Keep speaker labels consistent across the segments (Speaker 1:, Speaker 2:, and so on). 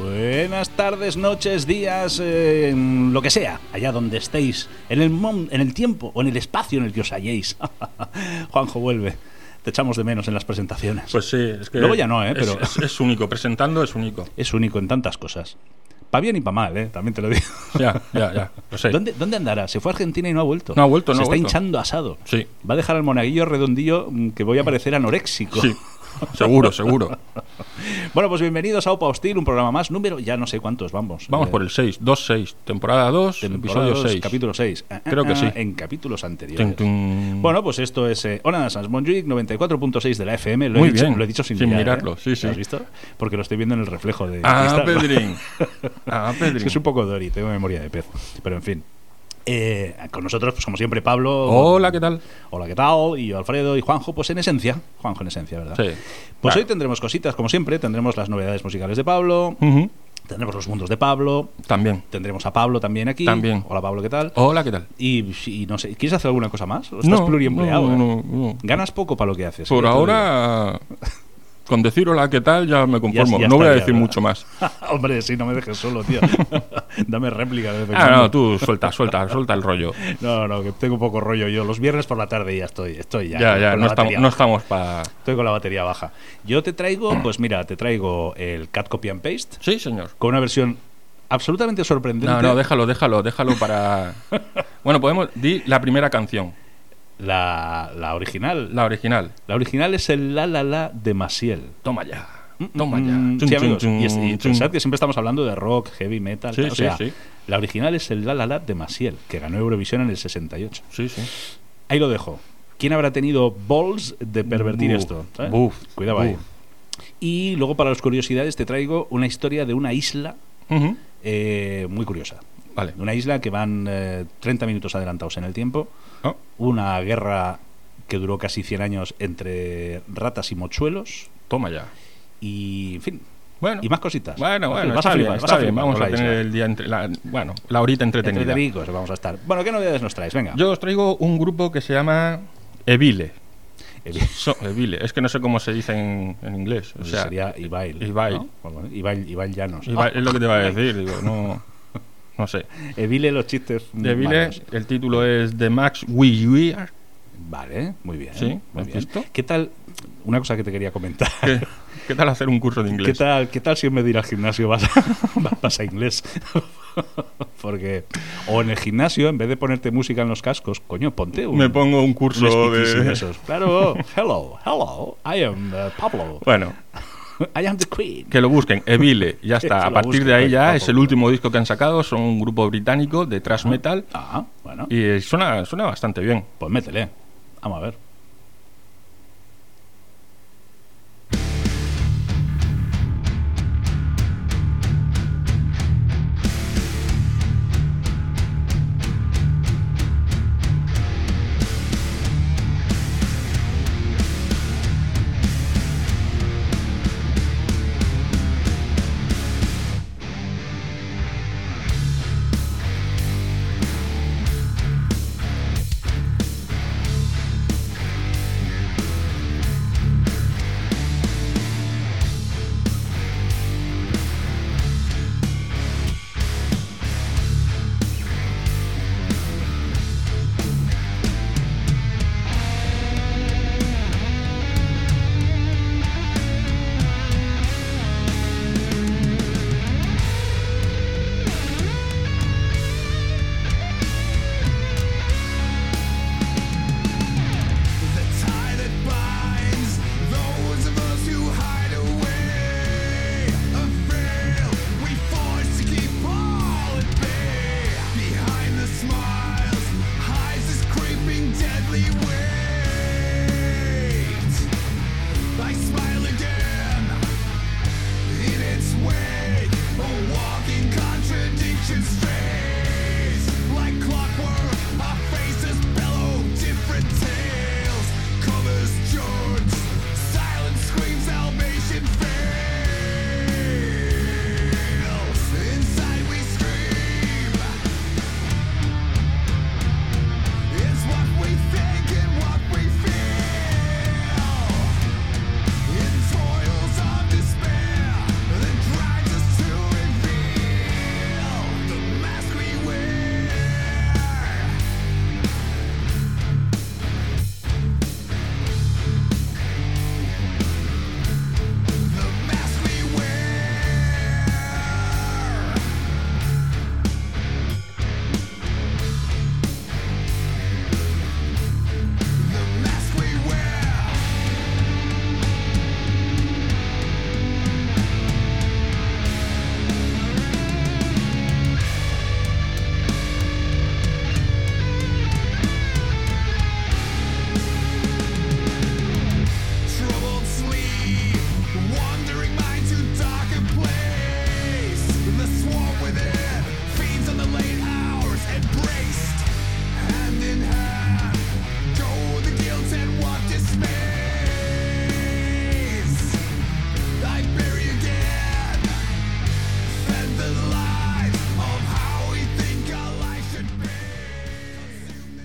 Speaker 1: Buenas tardes, noches, días, eh, en lo que sea, allá donde estéis, en el, mon- en el tiempo o en el espacio en el que os halléis. Juanjo vuelve. Te echamos de menos en las presentaciones.
Speaker 2: Pues sí, es que.
Speaker 1: Luego ya no, ¿eh?
Speaker 2: es-
Speaker 1: Pero-
Speaker 2: Es, es único, presentando es único.
Speaker 1: Es único en tantas cosas. Pa' bien y pa' mal, ¿eh? También te lo digo.
Speaker 2: Ya, ya, ya. Lo sé.
Speaker 1: ¿Dónde, dónde andará? Se fue a Argentina y no ha vuelto.
Speaker 2: No ha vuelto, no
Speaker 1: Se
Speaker 2: ha
Speaker 1: está
Speaker 2: vuelto.
Speaker 1: hinchando asado.
Speaker 2: Sí.
Speaker 1: Va a dejar al monaguillo redondillo mm, que voy a parecer anoréxico.
Speaker 2: Sí, seguro, seguro.
Speaker 1: Bueno, pues bienvenidos a Opa Hostil, un programa más, número ya no sé cuántos, vamos.
Speaker 2: Vamos
Speaker 1: Eh,
Speaker 2: por el 6, 2-6, temporada 2,
Speaker 1: temporada
Speaker 2: episodio
Speaker 1: dos,
Speaker 2: 6.
Speaker 1: Capítulo 6.
Speaker 2: Creo que sí.
Speaker 1: ah, En capítulos anteriores.
Speaker 2: Tum, tum.
Speaker 1: Bueno, pues esto es eh, Hola Sans Montjuic 94.6 de la FM. Lo he
Speaker 2: Muy
Speaker 1: dicho,
Speaker 2: bien.
Speaker 1: Lo he dicho sin,
Speaker 2: Sin
Speaker 1: mirar, ¿eh?
Speaker 2: mirarlo, sí, sí.
Speaker 1: ¿Lo ¿Has visto? Porque lo estoy viendo en el reflejo de.
Speaker 2: Ah,
Speaker 1: cristal.
Speaker 2: Pedrín. Ah, Pedrín.
Speaker 1: Es que es un poco Dory, tengo memoria de pez. Pero en fin. Eh, con nosotros, pues como siempre, Pablo.
Speaker 2: Hola, ¿qué tal?
Speaker 1: Hola, ¿qué tal? Y yo, Alfredo, y Juanjo, pues en esencia. Juanjo en esencia, ¿verdad?
Speaker 2: Sí.
Speaker 1: Pues
Speaker 2: Claro.
Speaker 1: hoy tendremos cositas, como siempre. Tendremos las novedades musicales de Pablo.
Speaker 2: Ujú,
Speaker 1: Tendremos los mundos de Pablo.
Speaker 2: También.
Speaker 1: Tendremos a Pablo también aquí.
Speaker 2: También.
Speaker 1: Hola, Pablo, ¿qué tal?
Speaker 2: Hola, ¿qué tal?
Speaker 1: Y, y no sé, ¿quieres hacer alguna cosa más? ¿O Pues estás pluriempleado?
Speaker 2: no,
Speaker 1: eh?
Speaker 2: no, no.
Speaker 1: Ganas poco para lo que haces.
Speaker 2: Por
Speaker 1: ¿eh? Te lo
Speaker 2: ahora, con decir hola, ¿qué tal? Ya me conformo.
Speaker 1: ya
Speaker 2: no voy a
Speaker 1: estaría,
Speaker 2: decir
Speaker 1: ¿verdad?
Speaker 2: mucho más.
Speaker 1: digo. Hombre, sí, no me dejes solo, tío. Dame réplica de vez en
Speaker 2: Ah, no,
Speaker 1: cuando.
Speaker 2: tú suelta, suelta, suelta el rollo.
Speaker 1: No, no, que tengo poco rollo yo. Los viernes por la tarde ya estoy, estoy ya.
Speaker 2: Ya, ya,
Speaker 1: con
Speaker 2: no
Speaker 1: la
Speaker 2: estamos,
Speaker 1: batería
Speaker 2: no
Speaker 1: baja.
Speaker 2: estamos para...
Speaker 1: Estoy con la batería baja. Yo te traigo, pues mira, te traigo el Cat Copy and Paste
Speaker 2: Sí, señor.
Speaker 1: con una versión absolutamente sorprendente.
Speaker 2: No, no, déjalo, déjalo, déjalo para... Bueno, podemos... Di la primera canción,
Speaker 1: la, la original. La,
Speaker 2: la original.
Speaker 1: original es el La La La de Maciel.
Speaker 2: Toma ya, toma ya.
Speaker 1: Mm,
Speaker 2: Chun,
Speaker 1: sí,
Speaker 2: chun,
Speaker 1: amigos.
Speaker 2: chun,
Speaker 1: y, es- y
Speaker 2: chun.
Speaker 1: pensad que siempre estamos hablando de rock, heavy metal.
Speaker 2: Sí,
Speaker 1: tal. o
Speaker 2: sí,
Speaker 1: sea,
Speaker 2: sí.
Speaker 1: la original es el La La La de Maciel, que ganó Eurovisión en el 68.
Speaker 2: Sí, sí.
Speaker 1: Ahí lo dejo. ¿Quién habrá tenido balls de pervertir
Speaker 2: Buf,
Speaker 1: esto? ¿sabes?
Speaker 2: buf,
Speaker 1: Cuidado ahí.
Speaker 2: buf.
Speaker 1: Y luego, para las curiosidades, te traigo una historia de una isla
Speaker 2: Ujú,
Speaker 1: eh, muy curiosa.
Speaker 2: Vale.
Speaker 1: De Una isla que van eh, 30 minutos adelantados en el tiempo.
Speaker 2: Oh,
Speaker 1: Una guerra que duró casi 100 años entre ratas y mochuelos.
Speaker 2: toma ya.
Speaker 1: Y, en fin,
Speaker 2: Bueno,
Speaker 1: y más cositas.
Speaker 2: bueno, bueno,
Speaker 1: vas a
Speaker 2: está bien,
Speaker 1: flipar, vas
Speaker 2: está
Speaker 1: a
Speaker 2: bien.
Speaker 1: flipar
Speaker 2: Vamos
Speaker 1: con la
Speaker 2: a tener
Speaker 1: isla.
Speaker 2: el día entre... La, bueno, la horita entretenida.
Speaker 1: Entretenicos vamos a estar. Bueno, ¿qué novedades nos traes? Venga.
Speaker 2: Yo os traigo un grupo que se llama Evile.
Speaker 1: Eh,
Speaker 2: So- Evile, es que no sé cómo se dice en, en inglés. O sea,
Speaker 1: Pues sería Ibail.
Speaker 2: Ibail.
Speaker 1: ¿no? Bueno, Ibail, Ibail Llanos.
Speaker 2: Evile es lo que te va a decir, digo, no, no sé.
Speaker 1: Ah, Evile los chistes.
Speaker 2: Evile,
Speaker 1: malos.
Speaker 2: el título es The Max We Wear.
Speaker 1: Vale, muy bien.
Speaker 2: Sí,
Speaker 1: muy
Speaker 2: ¿has
Speaker 1: bien.
Speaker 2: visto?
Speaker 1: ¿Qué tal? Una cosa que te quería comentar.
Speaker 2: ¿Qué, qué tal hacer un curso de
Speaker 1: ¿Qué
Speaker 2: inglés?
Speaker 1: tal, ¿Qué tal si en vez de ir al gimnasio vas a, vas a inglés? Porque, o en el gimnasio, en vez de ponerte música en los cascos, coño, ponte un.
Speaker 2: Me pongo un
Speaker 1: un
Speaker 2: curso
Speaker 1: speakeasy
Speaker 2: de...
Speaker 1: de esos. Claro, hello, hello, I am uh, Pablo,
Speaker 2: Bueno,
Speaker 1: I am the queen.
Speaker 2: que lo busquen, Evile, ya
Speaker 1: Que
Speaker 2: está.
Speaker 1: se
Speaker 2: A
Speaker 1: lo
Speaker 2: partir
Speaker 1: busquen,
Speaker 2: de ahí ya
Speaker 1: por
Speaker 2: es el
Speaker 1: favor.
Speaker 2: último disco que han sacado, son un grupo británico de thrash metal
Speaker 1: Ah, bueno,
Speaker 2: y eh, suena, suena bastante bien.
Speaker 1: pues métele. Vamos a ver.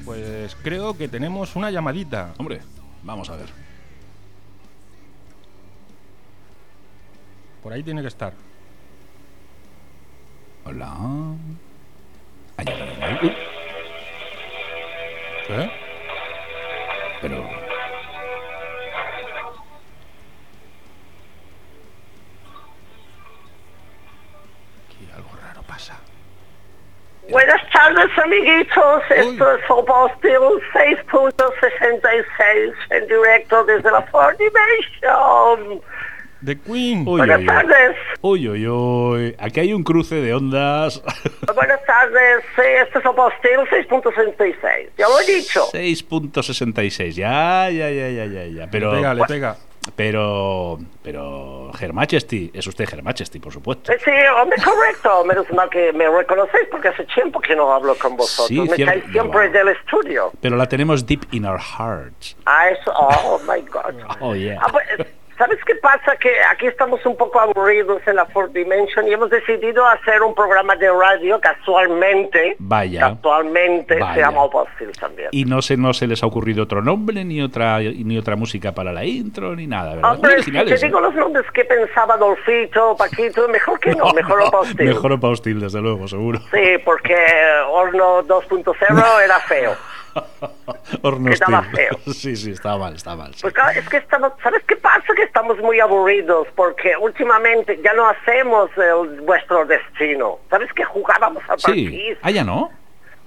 Speaker 2: Pues creo que tenemos una llamadita.
Speaker 1: Hombre, vamos a ver.
Speaker 2: Por ahí tiene que estar.
Speaker 1: Hola. Ay,
Speaker 2: ¿Eh?
Speaker 1: pero.
Speaker 2: Aquí algo raro pasa.
Speaker 3: Buenas tardes, amiguitos. Esto
Speaker 2: Uy.
Speaker 3: es Opos de un 6.66 en directo desde la Fornimation.
Speaker 2: The Queen.
Speaker 1: Uy,
Speaker 3: Buenas
Speaker 1: uy, uy.
Speaker 3: tardes.
Speaker 1: Uy, uy, uy. Aquí hay un cruce de ondas.
Speaker 3: Buenas tardes. Sí, Esto es Opos de un 6.66. Ya lo he dicho.
Speaker 1: 6.66. Ya, ya, ya, ya, ya, ya. Pero.
Speaker 2: Le pega, le pega.
Speaker 1: Pero. Pero. Germachesty. Es usted Germachesty, por supuesto.
Speaker 3: Eh, Sí, hombre, correcto. Menos mal que me reconocéis porque hace tiempo que no hablo con vosotros.
Speaker 1: Sí,
Speaker 3: me
Speaker 1: cierto.
Speaker 3: caéis siempre
Speaker 1: Wow.
Speaker 3: del estudio.
Speaker 1: Pero la tenemos deep in our hearts.
Speaker 3: Ah, eso. Oh, my God.
Speaker 1: Oh, yeah.
Speaker 3: Ah, pues, ¿Sabes qué pasa? Que aquí estamos un poco aburridos en la Fourth Dimension y hemos decidido hacer un programa de radio casualmente.
Speaker 1: Vaya.
Speaker 3: Casualmente
Speaker 1: Vaya.
Speaker 3: se llama Opósil también.
Speaker 1: Y no se, no se les ha ocurrido otro nombre, ni otra, ni otra música para la intro, ni nada, ¿verdad? Muy
Speaker 3: Ah, Hombre, si te
Speaker 1: originales, ¿eh?
Speaker 3: digo los nombres que pensaba Dolfito, Paquito, mejor que no, mejor Opósil.
Speaker 1: Mejor Opa Hostil, desde luego, seguro.
Speaker 3: Sí, porque Horno 2.0 era feo.
Speaker 1: Horno
Speaker 3: Quedaba
Speaker 1: Hostil.
Speaker 3: feo.
Speaker 1: Sí, sí, está mal, está mal. sí.
Speaker 3: Pues claro, es que estamos, ¿sabes qué pasa? Que estamos muy aburridos porque últimamente ya no hacemos el- vuestro destino. ¿Sabes que jugábamos a
Speaker 1: Sí.
Speaker 3: partidos?
Speaker 1: Ah, ya no.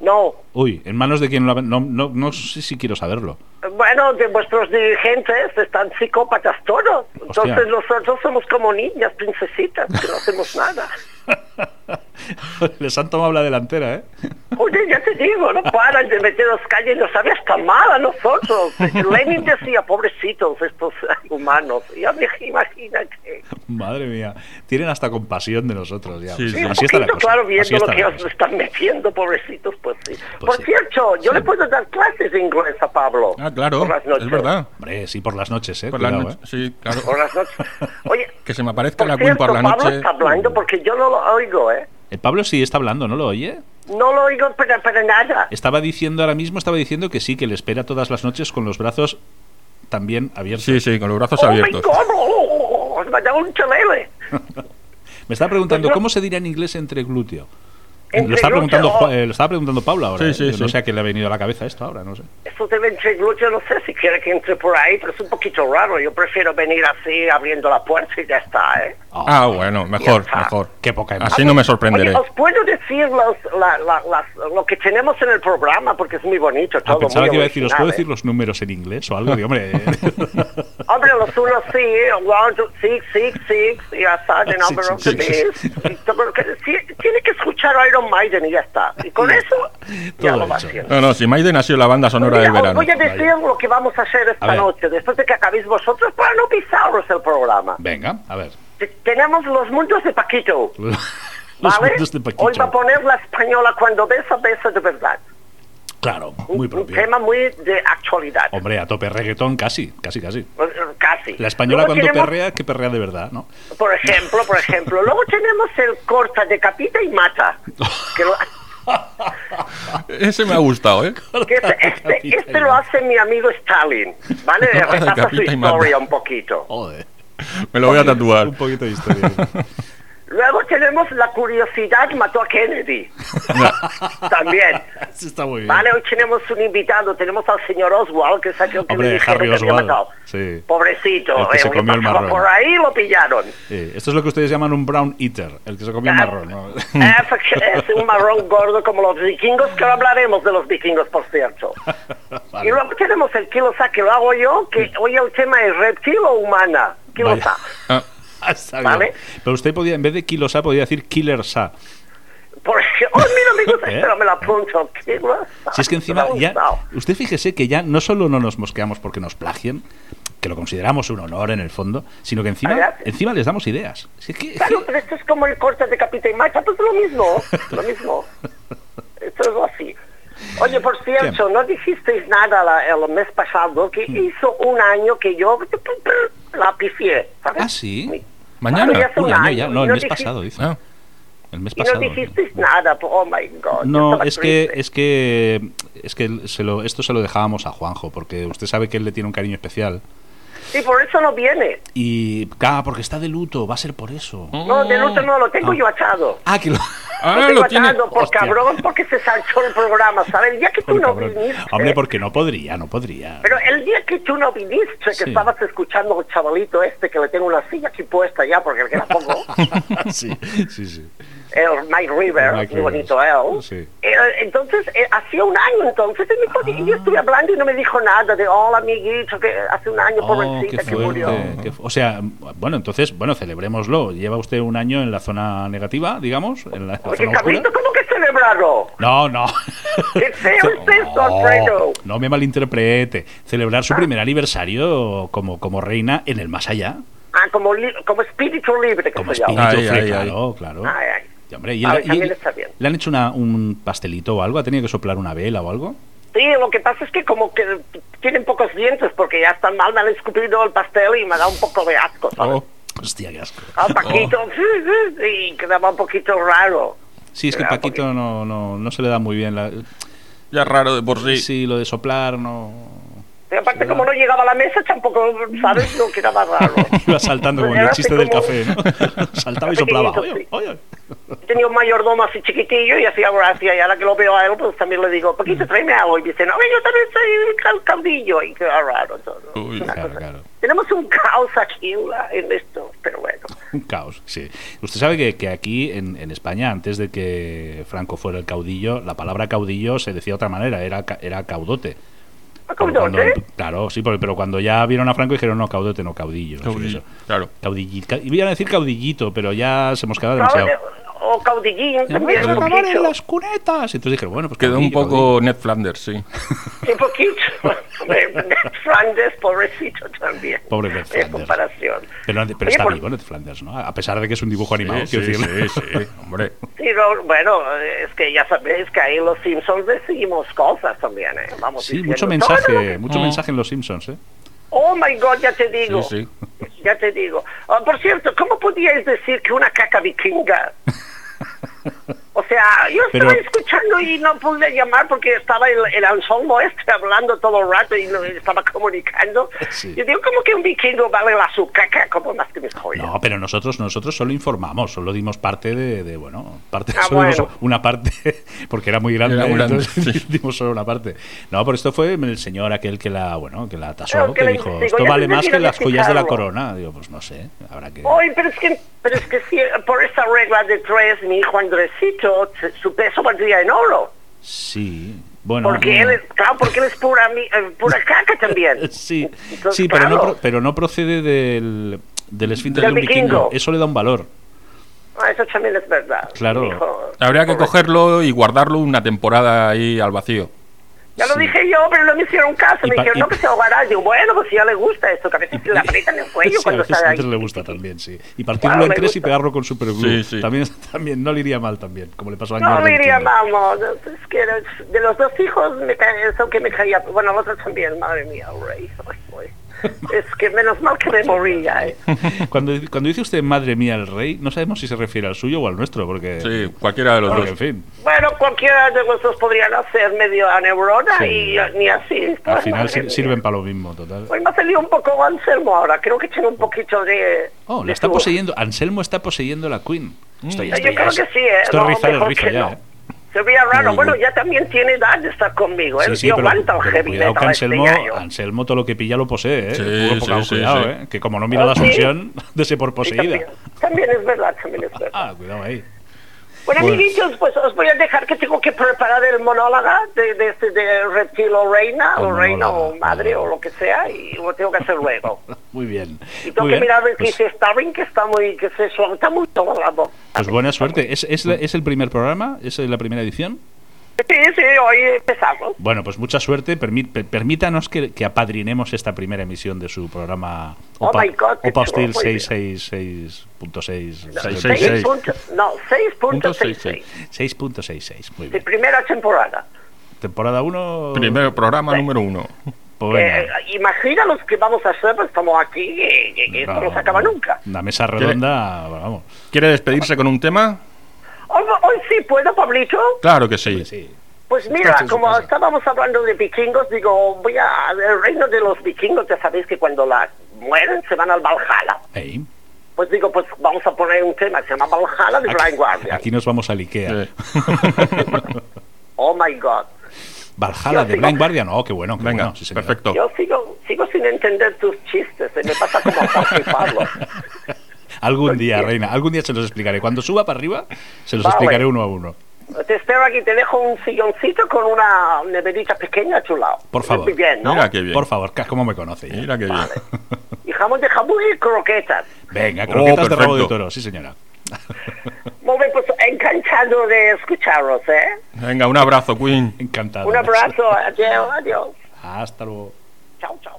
Speaker 3: No,
Speaker 1: Uy, ¿en manos de quién lo ha- no, no, no sé si quiero saberlo.
Speaker 3: Bueno, de vuestros dirigentes están psicópatas todos. Entonces
Speaker 1: Hostia.
Speaker 3: nosotros somos como niñas, princesitas, que no hacemos nada.
Speaker 1: Les han tomado la delantera, ¿eh?
Speaker 3: Oye, ya te digo, no paran de meternos calle y nos sabe hasta mal a nosotros. Lenin decía, pobrecitos estos humanos. Ya me imagínate.
Speaker 1: Madre mía. Tienen hasta compasión de nosotros ya.
Speaker 2: Sí,
Speaker 1: Pues
Speaker 2: sí.
Speaker 1: Así está la
Speaker 3: Poquito,
Speaker 1: cosa.
Speaker 3: claro,
Speaker 1: así
Speaker 3: viendo lo
Speaker 1: está
Speaker 3: que
Speaker 1: la
Speaker 3: os
Speaker 1: cosa.
Speaker 3: están metiendo, pobrecitos, pues sí. Por
Speaker 1: sí.
Speaker 3: cierto, yo
Speaker 1: Sí.
Speaker 3: le puedo dar clases de inglés a Pablo.
Speaker 2: Ah, claro.
Speaker 3: Por las noches.
Speaker 2: Es verdad.
Speaker 1: Hombre, sí, por las noches, ¿eh?
Speaker 2: Por las
Speaker 1: Cuidado,
Speaker 2: noches.
Speaker 1: ¿eh?
Speaker 2: Sí, claro.
Speaker 3: Por las noches. Oye,
Speaker 2: Que se me aparezca
Speaker 3: por
Speaker 2: la Queen
Speaker 3: cierto,
Speaker 2: por la
Speaker 3: Pablo
Speaker 2: noche.
Speaker 3: está hablando porque yo no lo oigo, ¿eh?
Speaker 1: El Pablo sí está hablando, ¿no lo oye?
Speaker 3: No lo oigo para, para nada.
Speaker 1: Estaba diciendo ahora mismo, estaba diciendo que sí, que le espera todas las noches con los brazos también abiertos.
Speaker 2: Sí, sí, con los brazos
Speaker 3: ¡Oh, my
Speaker 2: abiertos.
Speaker 3: God! oh, oh, oh, me da un chalele.
Speaker 1: Me está preguntando,
Speaker 3: Pues yo-
Speaker 1: ¿cómo se dirá en inglés entre glúteo? lo,
Speaker 3: Entre
Speaker 1: está preguntando,
Speaker 3: glúteo,
Speaker 1: Ju- eh, lo estaba preguntando Pablo ahora.
Speaker 2: Sí,
Speaker 1: ¿eh?
Speaker 2: sí,
Speaker 1: Yo No
Speaker 2: sí.
Speaker 1: sé a qué le ha venido a la cabeza esto ahora, no sé.
Speaker 3: Eso debe entre glúteo, no sé si quiere que entre por ahí, pero es un poquito raro. Yo prefiero venir así abriendo la puerta y ya está, ¿eh?
Speaker 2: Ah, bueno, mejor, mejor.
Speaker 1: Qué poca
Speaker 2: Así
Speaker 1: emoción.
Speaker 2: no me
Speaker 3: Oye,
Speaker 2: sorprenderé.
Speaker 3: os puedo decir los, la- la- las- lo que tenemos en el programa porque es muy bonito
Speaker 1: Ah,
Speaker 3: todo.
Speaker 1: pensaba
Speaker 3: muy
Speaker 1: que iba a decir, ¿os
Speaker 3: original,
Speaker 1: puedo
Speaker 3: ¿eh?
Speaker 1: decir los números en inglés o algo? Digo, hombre, eh,
Speaker 3: Hombre, los unos sí, ¿eh? one, two, six, six, six, y ya está, the
Speaker 1: Ah,
Speaker 3: number
Speaker 1: six,
Speaker 3: of the
Speaker 1: six, six.
Speaker 3: beast. Y todo, que- sí, Tiene que escuchar Iron Maiden y ya está. Y con eso ya
Speaker 1: Todo
Speaker 3: lo va
Speaker 1: hecho.
Speaker 3: haciendo.
Speaker 2: No, no, si Maiden ha sido la banda sonora
Speaker 3: oh, Mira,
Speaker 2: del
Speaker 3: os
Speaker 2: verano.
Speaker 3: voy a decir lo que vamos a hacer
Speaker 1: A
Speaker 3: esta
Speaker 1: ver.
Speaker 3: noche, después de que acabéis vosotros, para no pisaros el programa.
Speaker 1: venga, a ver.
Speaker 3: Te- Tenemos los mundos de Paquito,
Speaker 1: Los
Speaker 3: ¿vale?
Speaker 1: mundos de Paquito.
Speaker 3: Hoy va a poner la española cuando besa, besa de verdad.
Speaker 1: Claro,
Speaker 3: Un,
Speaker 1: muy
Speaker 3: un
Speaker 1: propio.
Speaker 3: tema muy de actualidad,
Speaker 1: Hombre, a tope reggaetón, casi, casi, casi.
Speaker 3: eh, casi.
Speaker 1: La española
Speaker 3: Luego
Speaker 1: cuando
Speaker 3: tenemos,
Speaker 1: perrea, que perrea de verdad, ¿no?
Speaker 3: Por ejemplo, por ejemplo. Luego tenemos el corta, decapita y mata. Que lo-
Speaker 2: Ese me ha gustado, ¿eh?
Speaker 3: que este, este- este lo hace mi amigo Stalin, ¿vale?
Speaker 2: Corta,
Speaker 3: Retrasa su
Speaker 2: decapita y mata.
Speaker 3: historia un poquito.
Speaker 1: Joder.
Speaker 2: Me lo voy a tatuar.
Speaker 1: Un poquito de historia.
Speaker 3: Luego tenemos la curiosidad mató a Kennedy. También.
Speaker 1: Eso está muy bien.
Speaker 3: Vale, hoy tenemos un invitado, tenemos al señor Oswald, que es aquel que
Speaker 1: Hombre,
Speaker 3: le dijeron
Speaker 1: Harry
Speaker 3: que había
Speaker 1: Oswald,
Speaker 3: matado.
Speaker 1: sí. El
Speaker 3: Pobrecito,
Speaker 1: que
Speaker 3: eh,
Speaker 1: se
Speaker 3: porque
Speaker 1: comió el
Speaker 3: pasaba
Speaker 1: marrón.
Speaker 3: por ahí y lo pillaron.
Speaker 1: Eh, esto es lo que ustedes llaman un brown eater, el que se comió
Speaker 3: Ah.
Speaker 1: marrón. ¿no?
Speaker 3: Eh, porque es un marrón gordo como los vikingos, que ahora hablaremos de los vikingos, por cierto.
Speaker 1: Vale.
Speaker 3: Y luego tenemos el Kilosa, que lo hago yo, que hoy el tema es reptil o humana. Kilosa.
Speaker 2: Ah,
Speaker 1: Ah, está bien.
Speaker 3: Vale.
Speaker 1: Pero usted podía, en vez de kilo sa, podía decir killer sa.
Speaker 3: Porque, oh, mira, me gusta,
Speaker 1: ¿Eh?
Speaker 3: espera, me la apunto. Kilosa.
Speaker 1: Si es que encima
Speaker 3: Ah, Me ha
Speaker 1: ya...
Speaker 3: gustado.
Speaker 1: Usted fíjese que ya no solo no nos mosqueamos porque nos plagien, que lo consideramos un honor en el fondo, sino que encima,
Speaker 3: Allá.
Speaker 1: encima les damos ideas. Si es que- es
Speaker 3: Claro,
Speaker 1: que-
Speaker 3: pero esto es como el corte de Capita y Macha, pues lo mismo, lo mismo. Esto es así. Oye, por cierto, no dijisteis nada la- el mes pasado que hizo un año que yo la pifié, ¿sabes?
Speaker 1: Ah, sí.
Speaker 3: Mi-
Speaker 2: Mañana.
Speaker 3: Claro, ya hace
Speaker 1: Un
Speaker 3: un
Speaker 1: año
Speaker 3: año,
Speaker 1: ya, no, el
Speaker 3: no
Speaker 1: mes
Speaker 3: dije-
Speaker 1: pasado, dice.
Speaker 2: ah.
Speaker 1: El mes
Speaker 3: Y no
Speaker 1: pasado.
Speaker 3: dijisteis nada, oh my god. yo
Speaker 1: No,
Speaker 3: estaba
Speaker 1: es que,
Speaker 3: triste.
Speaker 1: es que, es que se lo, esto se lo dejábamos a Juanjo, porque usted sabe que él le tiene un cariño especial.
Speaker 3: Sí, por eso no viene.
Speaker 1: Y, ah, porque está de luto, va a ser por eso.
Speaker 3: No, de luto no, lo tengo
Speaker 1: Ah.
Speaker 3: yo atado.
Speaker 1: Ah, que lo...
Speaker 3: lo
Speaker 2: Ahora
Speaker 3: tengo
Speaker 2: lo tiene.
Speaker 3: atado por
Speaker 1: Hostia.
Speaker 3: cabrón porque se salchó el programa, ¿sabes? El día que tú no
Speaker 1: Cabrón.
Speaker 3: viniste.
Speaker 1: Hombre, porque no podría, no podría.
Speaker 3: Pero el día que tú no viniste, que
Speaker 1: Sí.
Speaker 3: estabas escuchando al chavalito este que le tengo una silla aquí puesta ya porque era poco,
Speaker 1: sí, sí, sí.
Speaker 3: el
Speaker 1: El Mike
Speaker 3: Mike River, muy
Speaker 1: Rivers,
Speaker 3: bonito él.
Speaker 1: sí.
Speaker 3: Eh, Entonces, eh, hacía un año entonces, y, me podía- y yo
Speaker 1: Ah.
Speaker 3: estuve hablando y no me dijo nada de hola amiguito, que hace un año
Speaker 1: Oh, qué
Speaker 3: pobrecita que murió.
Speaker 1: fuerte. qué fu- o sea, bueno, entonces, bueno, celebrémoslo. Lleva usted un año en la zona negativa, digamos, en la, en la
Speaker 3: Oye,
Speaker 1: zona oscura.
Speaker 3: cabrito, ¿cómo que celebrarlo?
Speaker 1: No, no.
Speaker 3: ¡Qué feo es esto,
Speaker 1: No,
Speaker 3: Alfredo!
Speaker 1: Oh, no me malinterprete. Celebrar
Speaker 3: Ah.
Speaker 1: su primer aniversario como, como reina en el más allá.
Speaker 3: Ah, como, li- como espíritu libre que
Speaker 1: Como
Speaker 3: se llama.
Speaker 1: espíritu,
Speaker 2: Ay,
Speaker 1: fre-
Speaker 2: ay,
Speaker 1: claro, claro.
Speaker 3: Ay, ay.
Speaker 1: Y, hombre, y
Speaker 3: Ay,
Speaker 1: el- y
Speaker 3: también
Speaker 1: el-
Speaker 3: está bien.
Speaker 1: ¿Le han hecho una- un pastelito o algo? ¿Ha tenido que soplar una vela o algo?
Speaker 3: Sí, lo que pasa es que como que tienen pocos dientes porque ya están mal, me han escupido el pastel y me da un poco de asco, ¿sabes?
Speaker 2: Oh,
Speaker 1: Hostia, qué asco.
Speaker 3: Ah, Paquito,
Speaker 1: Oh.
Speaker 3: y quedaba un poquito raro.
Speaker 1: Sí, es que el
Speaker 3: Claro,
Speaker 1: Paquito no, no, no se le da muy bien. la-
Speaker 2: ya es raro de por sí.
Speaker 1: sí, lo de soplar no.
Speaker 3: Y aparte, como no llegaba a la mesa, tampoco, ¿sabes? No quedaba raro.
Speaker 1: Iba saltando como en el
Speaker 3: Era así
Speaker 1: chiste del
Speaker 3: como-
Speaker 1: café, ¿no? Saltaba y soplaba. Oye, oye.
Speaker 3: Tenía un mayordomo así chiquitillo y hacía gracia. Y ahora que lo veo a él, pues también le digo, Paquito, tráeme algo. Y dice, no, yo también soy cal caldillo. Y queda raro todo.
Speaker 2: Uy,
Speaker 3: Una
Speaker 1: Claro,
Speaker 3: cosa-
Speaker 1: claro.
Speaker 3: Tenemos un caos aquí la- en esto, pero bueno.
Speaker 1: Un caos, sí. Usted sabe que, que aquí en, en España, antes de que Franco fuera el caudillo, la palabra caudillo se decía de otra manera, era, ca- era caudote. Pero
Speaker 3: Acordate,
Speaker 1: cuando- claro, sí, pero, pero cuando ya vieron a Franco dijeron no, caudote, no, caudillo. no sé qué es eso.
Speaker 2: Claro.
Speaker 1: Caudilli- ca- iban a decir caudillito, pero ya se hemos quedado demasiado.
Speaker 3: Caudillo, O caudillín,
Speaker 1: Vamos
Speaker 3: también
Speaker 1: a
Speaker 3: un
Speaker 1: grabar en
Speaker 3: poquito.
Speaker 1: las cunetas. Entonces dijeron, bueno, pues
Speaker 2: Quedó un
Speaker 1: caudillo,
Speaker 2: poco Ned Flanders, sí.
Speaker 3: Un poquito. Ned Flanders, pobrecito también.
Speaker 1: Pobre Ned
Speaker 3: En
Speaker 1: Flanders.
Speaker 3: comparación.
Speaker 1: Pero, pero
Speaker 3: Oye,
Speaker 1: está
Speaker 3: por-
Speaker 1: vivo Ned Flanders, ¿no? A pesar de que es un dibujo animado,
Speaker 2: sí,
Speaker 1: quiero
Speaker 2: sí,
Speaker 1: decir.
Speaker 2: sí, sí, hombre.
Speaker 3: Sí, no, bueno, eh, es que ya sabéis que ahí los Simpsons decimos cosas también, ¿eh? Vamos
Speaker 1: Sí,
Speaker 3: diciendo
Speaker 1: mucho
Speaker 3: todo lo que-
Speaker 1: mensaje, mucho
Speaker 2: Mm.
Speaker 1: mensaje en los Simpsons, ¿eh?
Speaker 3: Oh my God, ya te digo.
Speaker 2: Sí,
Speaker 3: Ya te digo. Ah, por cierto, ¿cómo podíais decir que una caca vikinga? O sea, yo
Speaker 1: Pero-
Speaker 3: estaba escuchando y no pude llamar porque estaba el, el Anselmo este hablando todo el rato y no- y estaba comunicando.
Speaker 1: Sí.
Speaker 3: Yo digo, ¿cómo que un vikingo vale la su caca como más que mis joyas?
Speaker 1: No, pero nosotros nosotros solo informamos, solo dimos parte de, de, bueno, parte
Speaker 3: Ah,
Speaker 1: solo dimos
Speaker 3: bueno.
Speaker 1: una parte porque era muy grande,
Speaker 2: Era muy grande,
Speaker 1: entonces
Speaker 2: sí.
Speaker 1: dimos solo una parte. No, pero esto fue el señor aquel que la, bueno, que la tasó,
Speaker 3: Claro, que
Speaker 1: que
Speaker 3: le
Speaker 1: dijo,
Speaker 3: investigó,
Speaker 1: esto
Speaker 3: ya
Speaker 1: vale
Speaker 3: tendría
Speaker 1: más
Speaker 3: que
Speaker 1: que las joyas de la
Speaker 3: identificarlo".
Speaker 1: corona. Digo, pues no sé, habrá que
Speaker 3: Oye, pero es que, pero es que si, eh, por esa regla de tres, mi hijo Andresito, t- su peso valdría en oro.
Speaker 1: Sí. Bueno,
Speaker 3: Porque él es, claro, porque él es pura, mi- eh, pura caca también.
Speaker 1: Sí,
Speaker 3: Entonces,
Speaker 1: sí, pero no
Speaker 3: claro.
Speaker 1: pro- pero no procede del del esfínter de
Speaker 3: Del
Speaker 1: un vikingo,
Speaker 3: vikingo.
Speaker 1: eso le da un valor.
Speaker 3: Ah, eso también es verdad.
Speaker 1: Claro.
Speaker 3: Mi hijo-
Speaker 2: Habría que
Speaker 3: Correcto.
Speaker 2: cogerlo y guardarlo una temporada ahí al vacío.
Speaker 3: Ya lo
Speaker 1: Sí.
Speaker 3: dije yo, pero no me hicieron caso.
Speaker 1: Y
Speaker 3: Me
Speaker 1: pa-
Speaker 3: dijeron,
Speaker 1: y-
Speaker 3: no, que se ahogará. Digo, bueno, pues si ya le gusta esto, que a veces se le aprietan el cuello
Speaker 1: Sí, a
Speaker 3: cuando
Speaker 1: veces
Speaker 3: está
Speaker 1: a
Speaker 3: ahí.
Speaker 1: veces le gusta también, sí. Y partirlo
Speaker 3: Claro,
Speaker 1: en
Speaker 3: me
Speaker 1: tres y
Speaker 3: gusta.
Speaker 1: pegarlo con superglue.
Speaker 2: Sí, sí.
Speaker 1: También, también no le iría mal también, como le pasó a
Speaker 3: No,
Speaker 1: Gordon
Speaker 3: le diría,
Speaker 1: Kimball.
Speaker 3: vamos, es que de- de los dos hijos me cae, eso que me caía, bueno, los otros también, madre mía, rey. Ay, güey. Es que menos mal que me morí ya, ¿eh?
Speaker 1: Cuando, cuando dice usted madre mía el rey, no sabemos si se refiere al suyo o al nuestro, porque,
Speaker 2: Sí, cualquiera de los
Speaker 1: porque, en
Speaker 2: dos.
Speaker 1: fin,
Speaker 3: Bueno, cualquiera de vosotros podrían hacer medio a neurona
Speaker 1: Sí.
Speaker 3: y eh, ni así.
Speaker 1: al
Speaker 3: Ay,
Speaker 1: final
Speaker 3: madre
Speaker 1: sir-
Speaker 3: mía.
Speaker 1: sirven para lo mismo, total.
Speaker 3: Hoy me ha salido un poco Anselmo ahora, creo que tiene un poquito de...
Speaker 1: Oh,
Speaker 3: de
Speaker 1: la está
Speaker 3: su-
Speaker 1: poseyendo, Anselmo está poseyendo la Queen.
Speaker 2: Mm.
Speaker 1: Estoy,
Speaker 3: Yo creo que sí, ¿eh?
Speaker 1: Esto es
Speaker 3: No,
Speaker 1: rizar el
Speaker 3: mejor
Speaker 1: rizo
Speaker 3: que
Speaker 1: ya,
Speaker 3: no.
Speaker 1: ¿eh?
Speaker 3: Se veía raro,
Speaker 2: Uy,
Speaker 3: bueno,
Speaker 2: uy.
Speaker 3: ya también tiene edad de estar conmigo, ¿eh?
Speaker 1: Sí, sí,
Speaker 3: Yo
Speaker 1: pero,
Speaker 3: aguanto el
Speaker 1: pero
Speaker 3: heavy
Speaker 1: cuidado que
Speaker 3: metal este
Speaker 1: Anselmo,
Speaker 3: gallo.
Speaker 1: Anselmo todo lo que pilla lo posee, ¿eh?
Speaker 2: Sí,
Speaker 1: Poco, poco,
Speaker 2: sí, sí,
Speaker 1: cuidado,
Speaker 2: sí.
Speaker 1: ¿eh? Que como no mira la
Speaker 3: Ah, sí.
Speaker 1: Asunción, dese por
Speaker 3: Sí, también,
Speaker 1: poseída.
Speaker 3: también es verdad, también es verdad.
Speaker 1: Ah, cuidado ahí.
Speaker 3: Bueno, amiguitos, pues os voy a dejar que tengo que preparar el monólogo de, de, este- de reptil o reina,
Speaker 1: El
Speaker 3: o reina o
Speaker 1: monólogo.
Speaker 3: madre, o lo que sea, y lo tengo que hacer luego.
Speaker 1: Muy bien.
Speaker 3: Y
Speaker 1: muy
Speaker 3: tengo que
Speaker 1: bien.
Speaker 3: mirar a ver qué
Speaker 1: Pues-
Speaker 3: dice Starling, que está muy, que se suelta mucho la boca.
Speaker 1: Pues buena suerte. ¿Es, es, la- es el primer programa? ¿Es la primera edición?
Speaker 3: Sí, sí, hoy empezamos.
Speaker 1: Bueno, pues mucha suerte. Permi- per- permítanos que, que apadrinemos esta primera emisión de su programa
Speaker 3: Oh
Speaker 1: Opa,
Speaker 3: my God, qué
Speaker 1: Opa Hostil
Speaker 3: chulo, muy bien.
Speaker 1: 666.6.
Speaker 2: Seis, seis,
Speaker 3: Seis
Speaker 2: seis.
Speaker 3: punto- No,
Speaker 2: Punto
Speaker 3: 6.66.
Speaker 2: seis,
Speaker 1: 6.66. Muy
Speaker 3: De
Speaker 1: bien.
Speaker 3: primera temporada.
Speaker 1: Temporada 1.
Speaker 2: Primero programa número uno.
Speaker 3: Eh, imagina los que vamos a hacer, pues estamos aquí y, y- y esto no se acaba nunca.
Speaker 1: Una mesa redonda, vamos.
Speaker 2: ¿Quiere despedirse con un tema?
Speaker 3: sí, ¿puedo, Pablito?
Speaker 2: Claro que sí.
Speaker 1: Sí.
Speaker 3: Pues
Speaker 2: Estás
Speaker 3: mira,
Speaker 2: en su
Speaker 3: como
Speaker 2: casa.
Speaker 3: estábamos hablando de vikingos, digo, voy a- al reino de los vikingos, ya sabéis que cuando la mueren se van al Valhalla.
Speaker 1: Ey,
Speaker 3: Pues digo, pues vamos a poner un tema, se llama Valhalla de Blind Guardian.
Speaker 1: aquí nos vamos al Ikea.
Speaker 2: Sí.
Speaker 3: Oh my God.
Speaker 1: Valhalla de Blind Guardian. Oh, qué bueno. qué
Speaker 2: Venga,
Speaker 1: bueno, sí, señora.
Speaker 2: perfecto.
Speaker 3: Yo sigo, sigo sin entender tus chistes, se me pasa como a Pablo.
Speaker 1: Algún día, reina, algún día se los explicaré. Cuando suba para arriba, se los
Speaker 3: Vale.
Speaker 1: explicaré uno a uno.
Speaker 3: Te espero aquí, te dejo un silloncito con una neverita pequeña a tu lado.
Speaker 1: Por favor.
Speaker 3: Muy bien, ¿no?
Speaker 2: Mira qué bien. ¿Eh?
Speaker 1: Por favor, ca- ¿cómo me conoce ya?
Speaker 2: Mira qué bien.
Speaker 3: Y jamón de jamón y croquetas.
Speaker 1: Venga,
Speaker 2: Oh,
Speaker 1: croquetas de rabo de
Speaker 2: perfecto.
Speaker 1: toro, sí, señora.
Speaker 3: Muy bien, pues encantado de escucharos, ¿eh?
Speaker 2: Venga, un abrazo, Queen.
Speaker 1: Encantado.
Speaker 3: Un abrazo, adiós, adiós.
Speaker 1: Hasta luego.
Speaker 3: Chao, chao.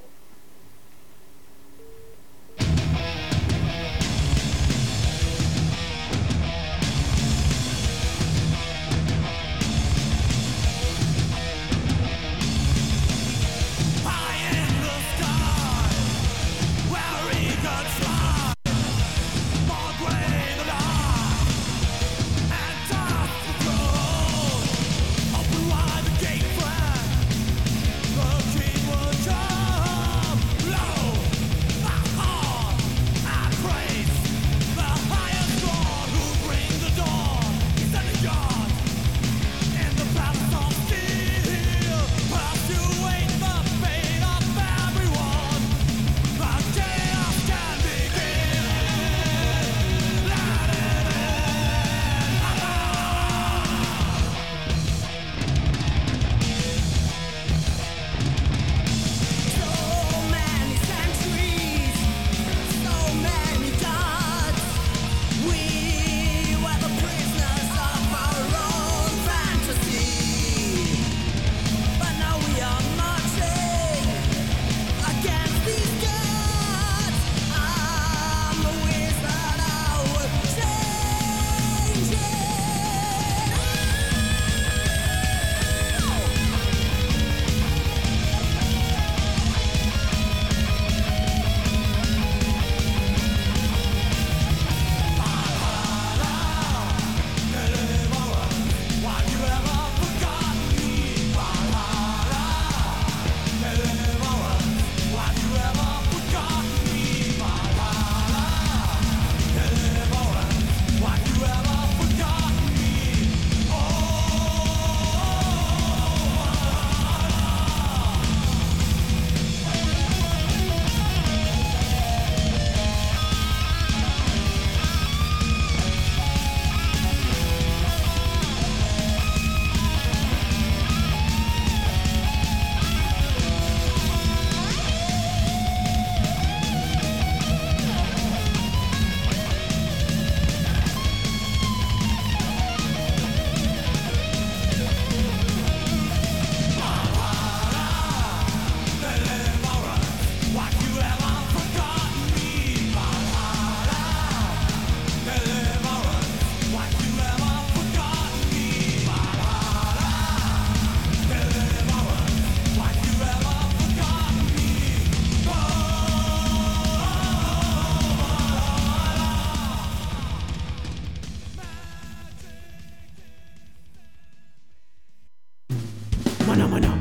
Speaker 4: Mono mono.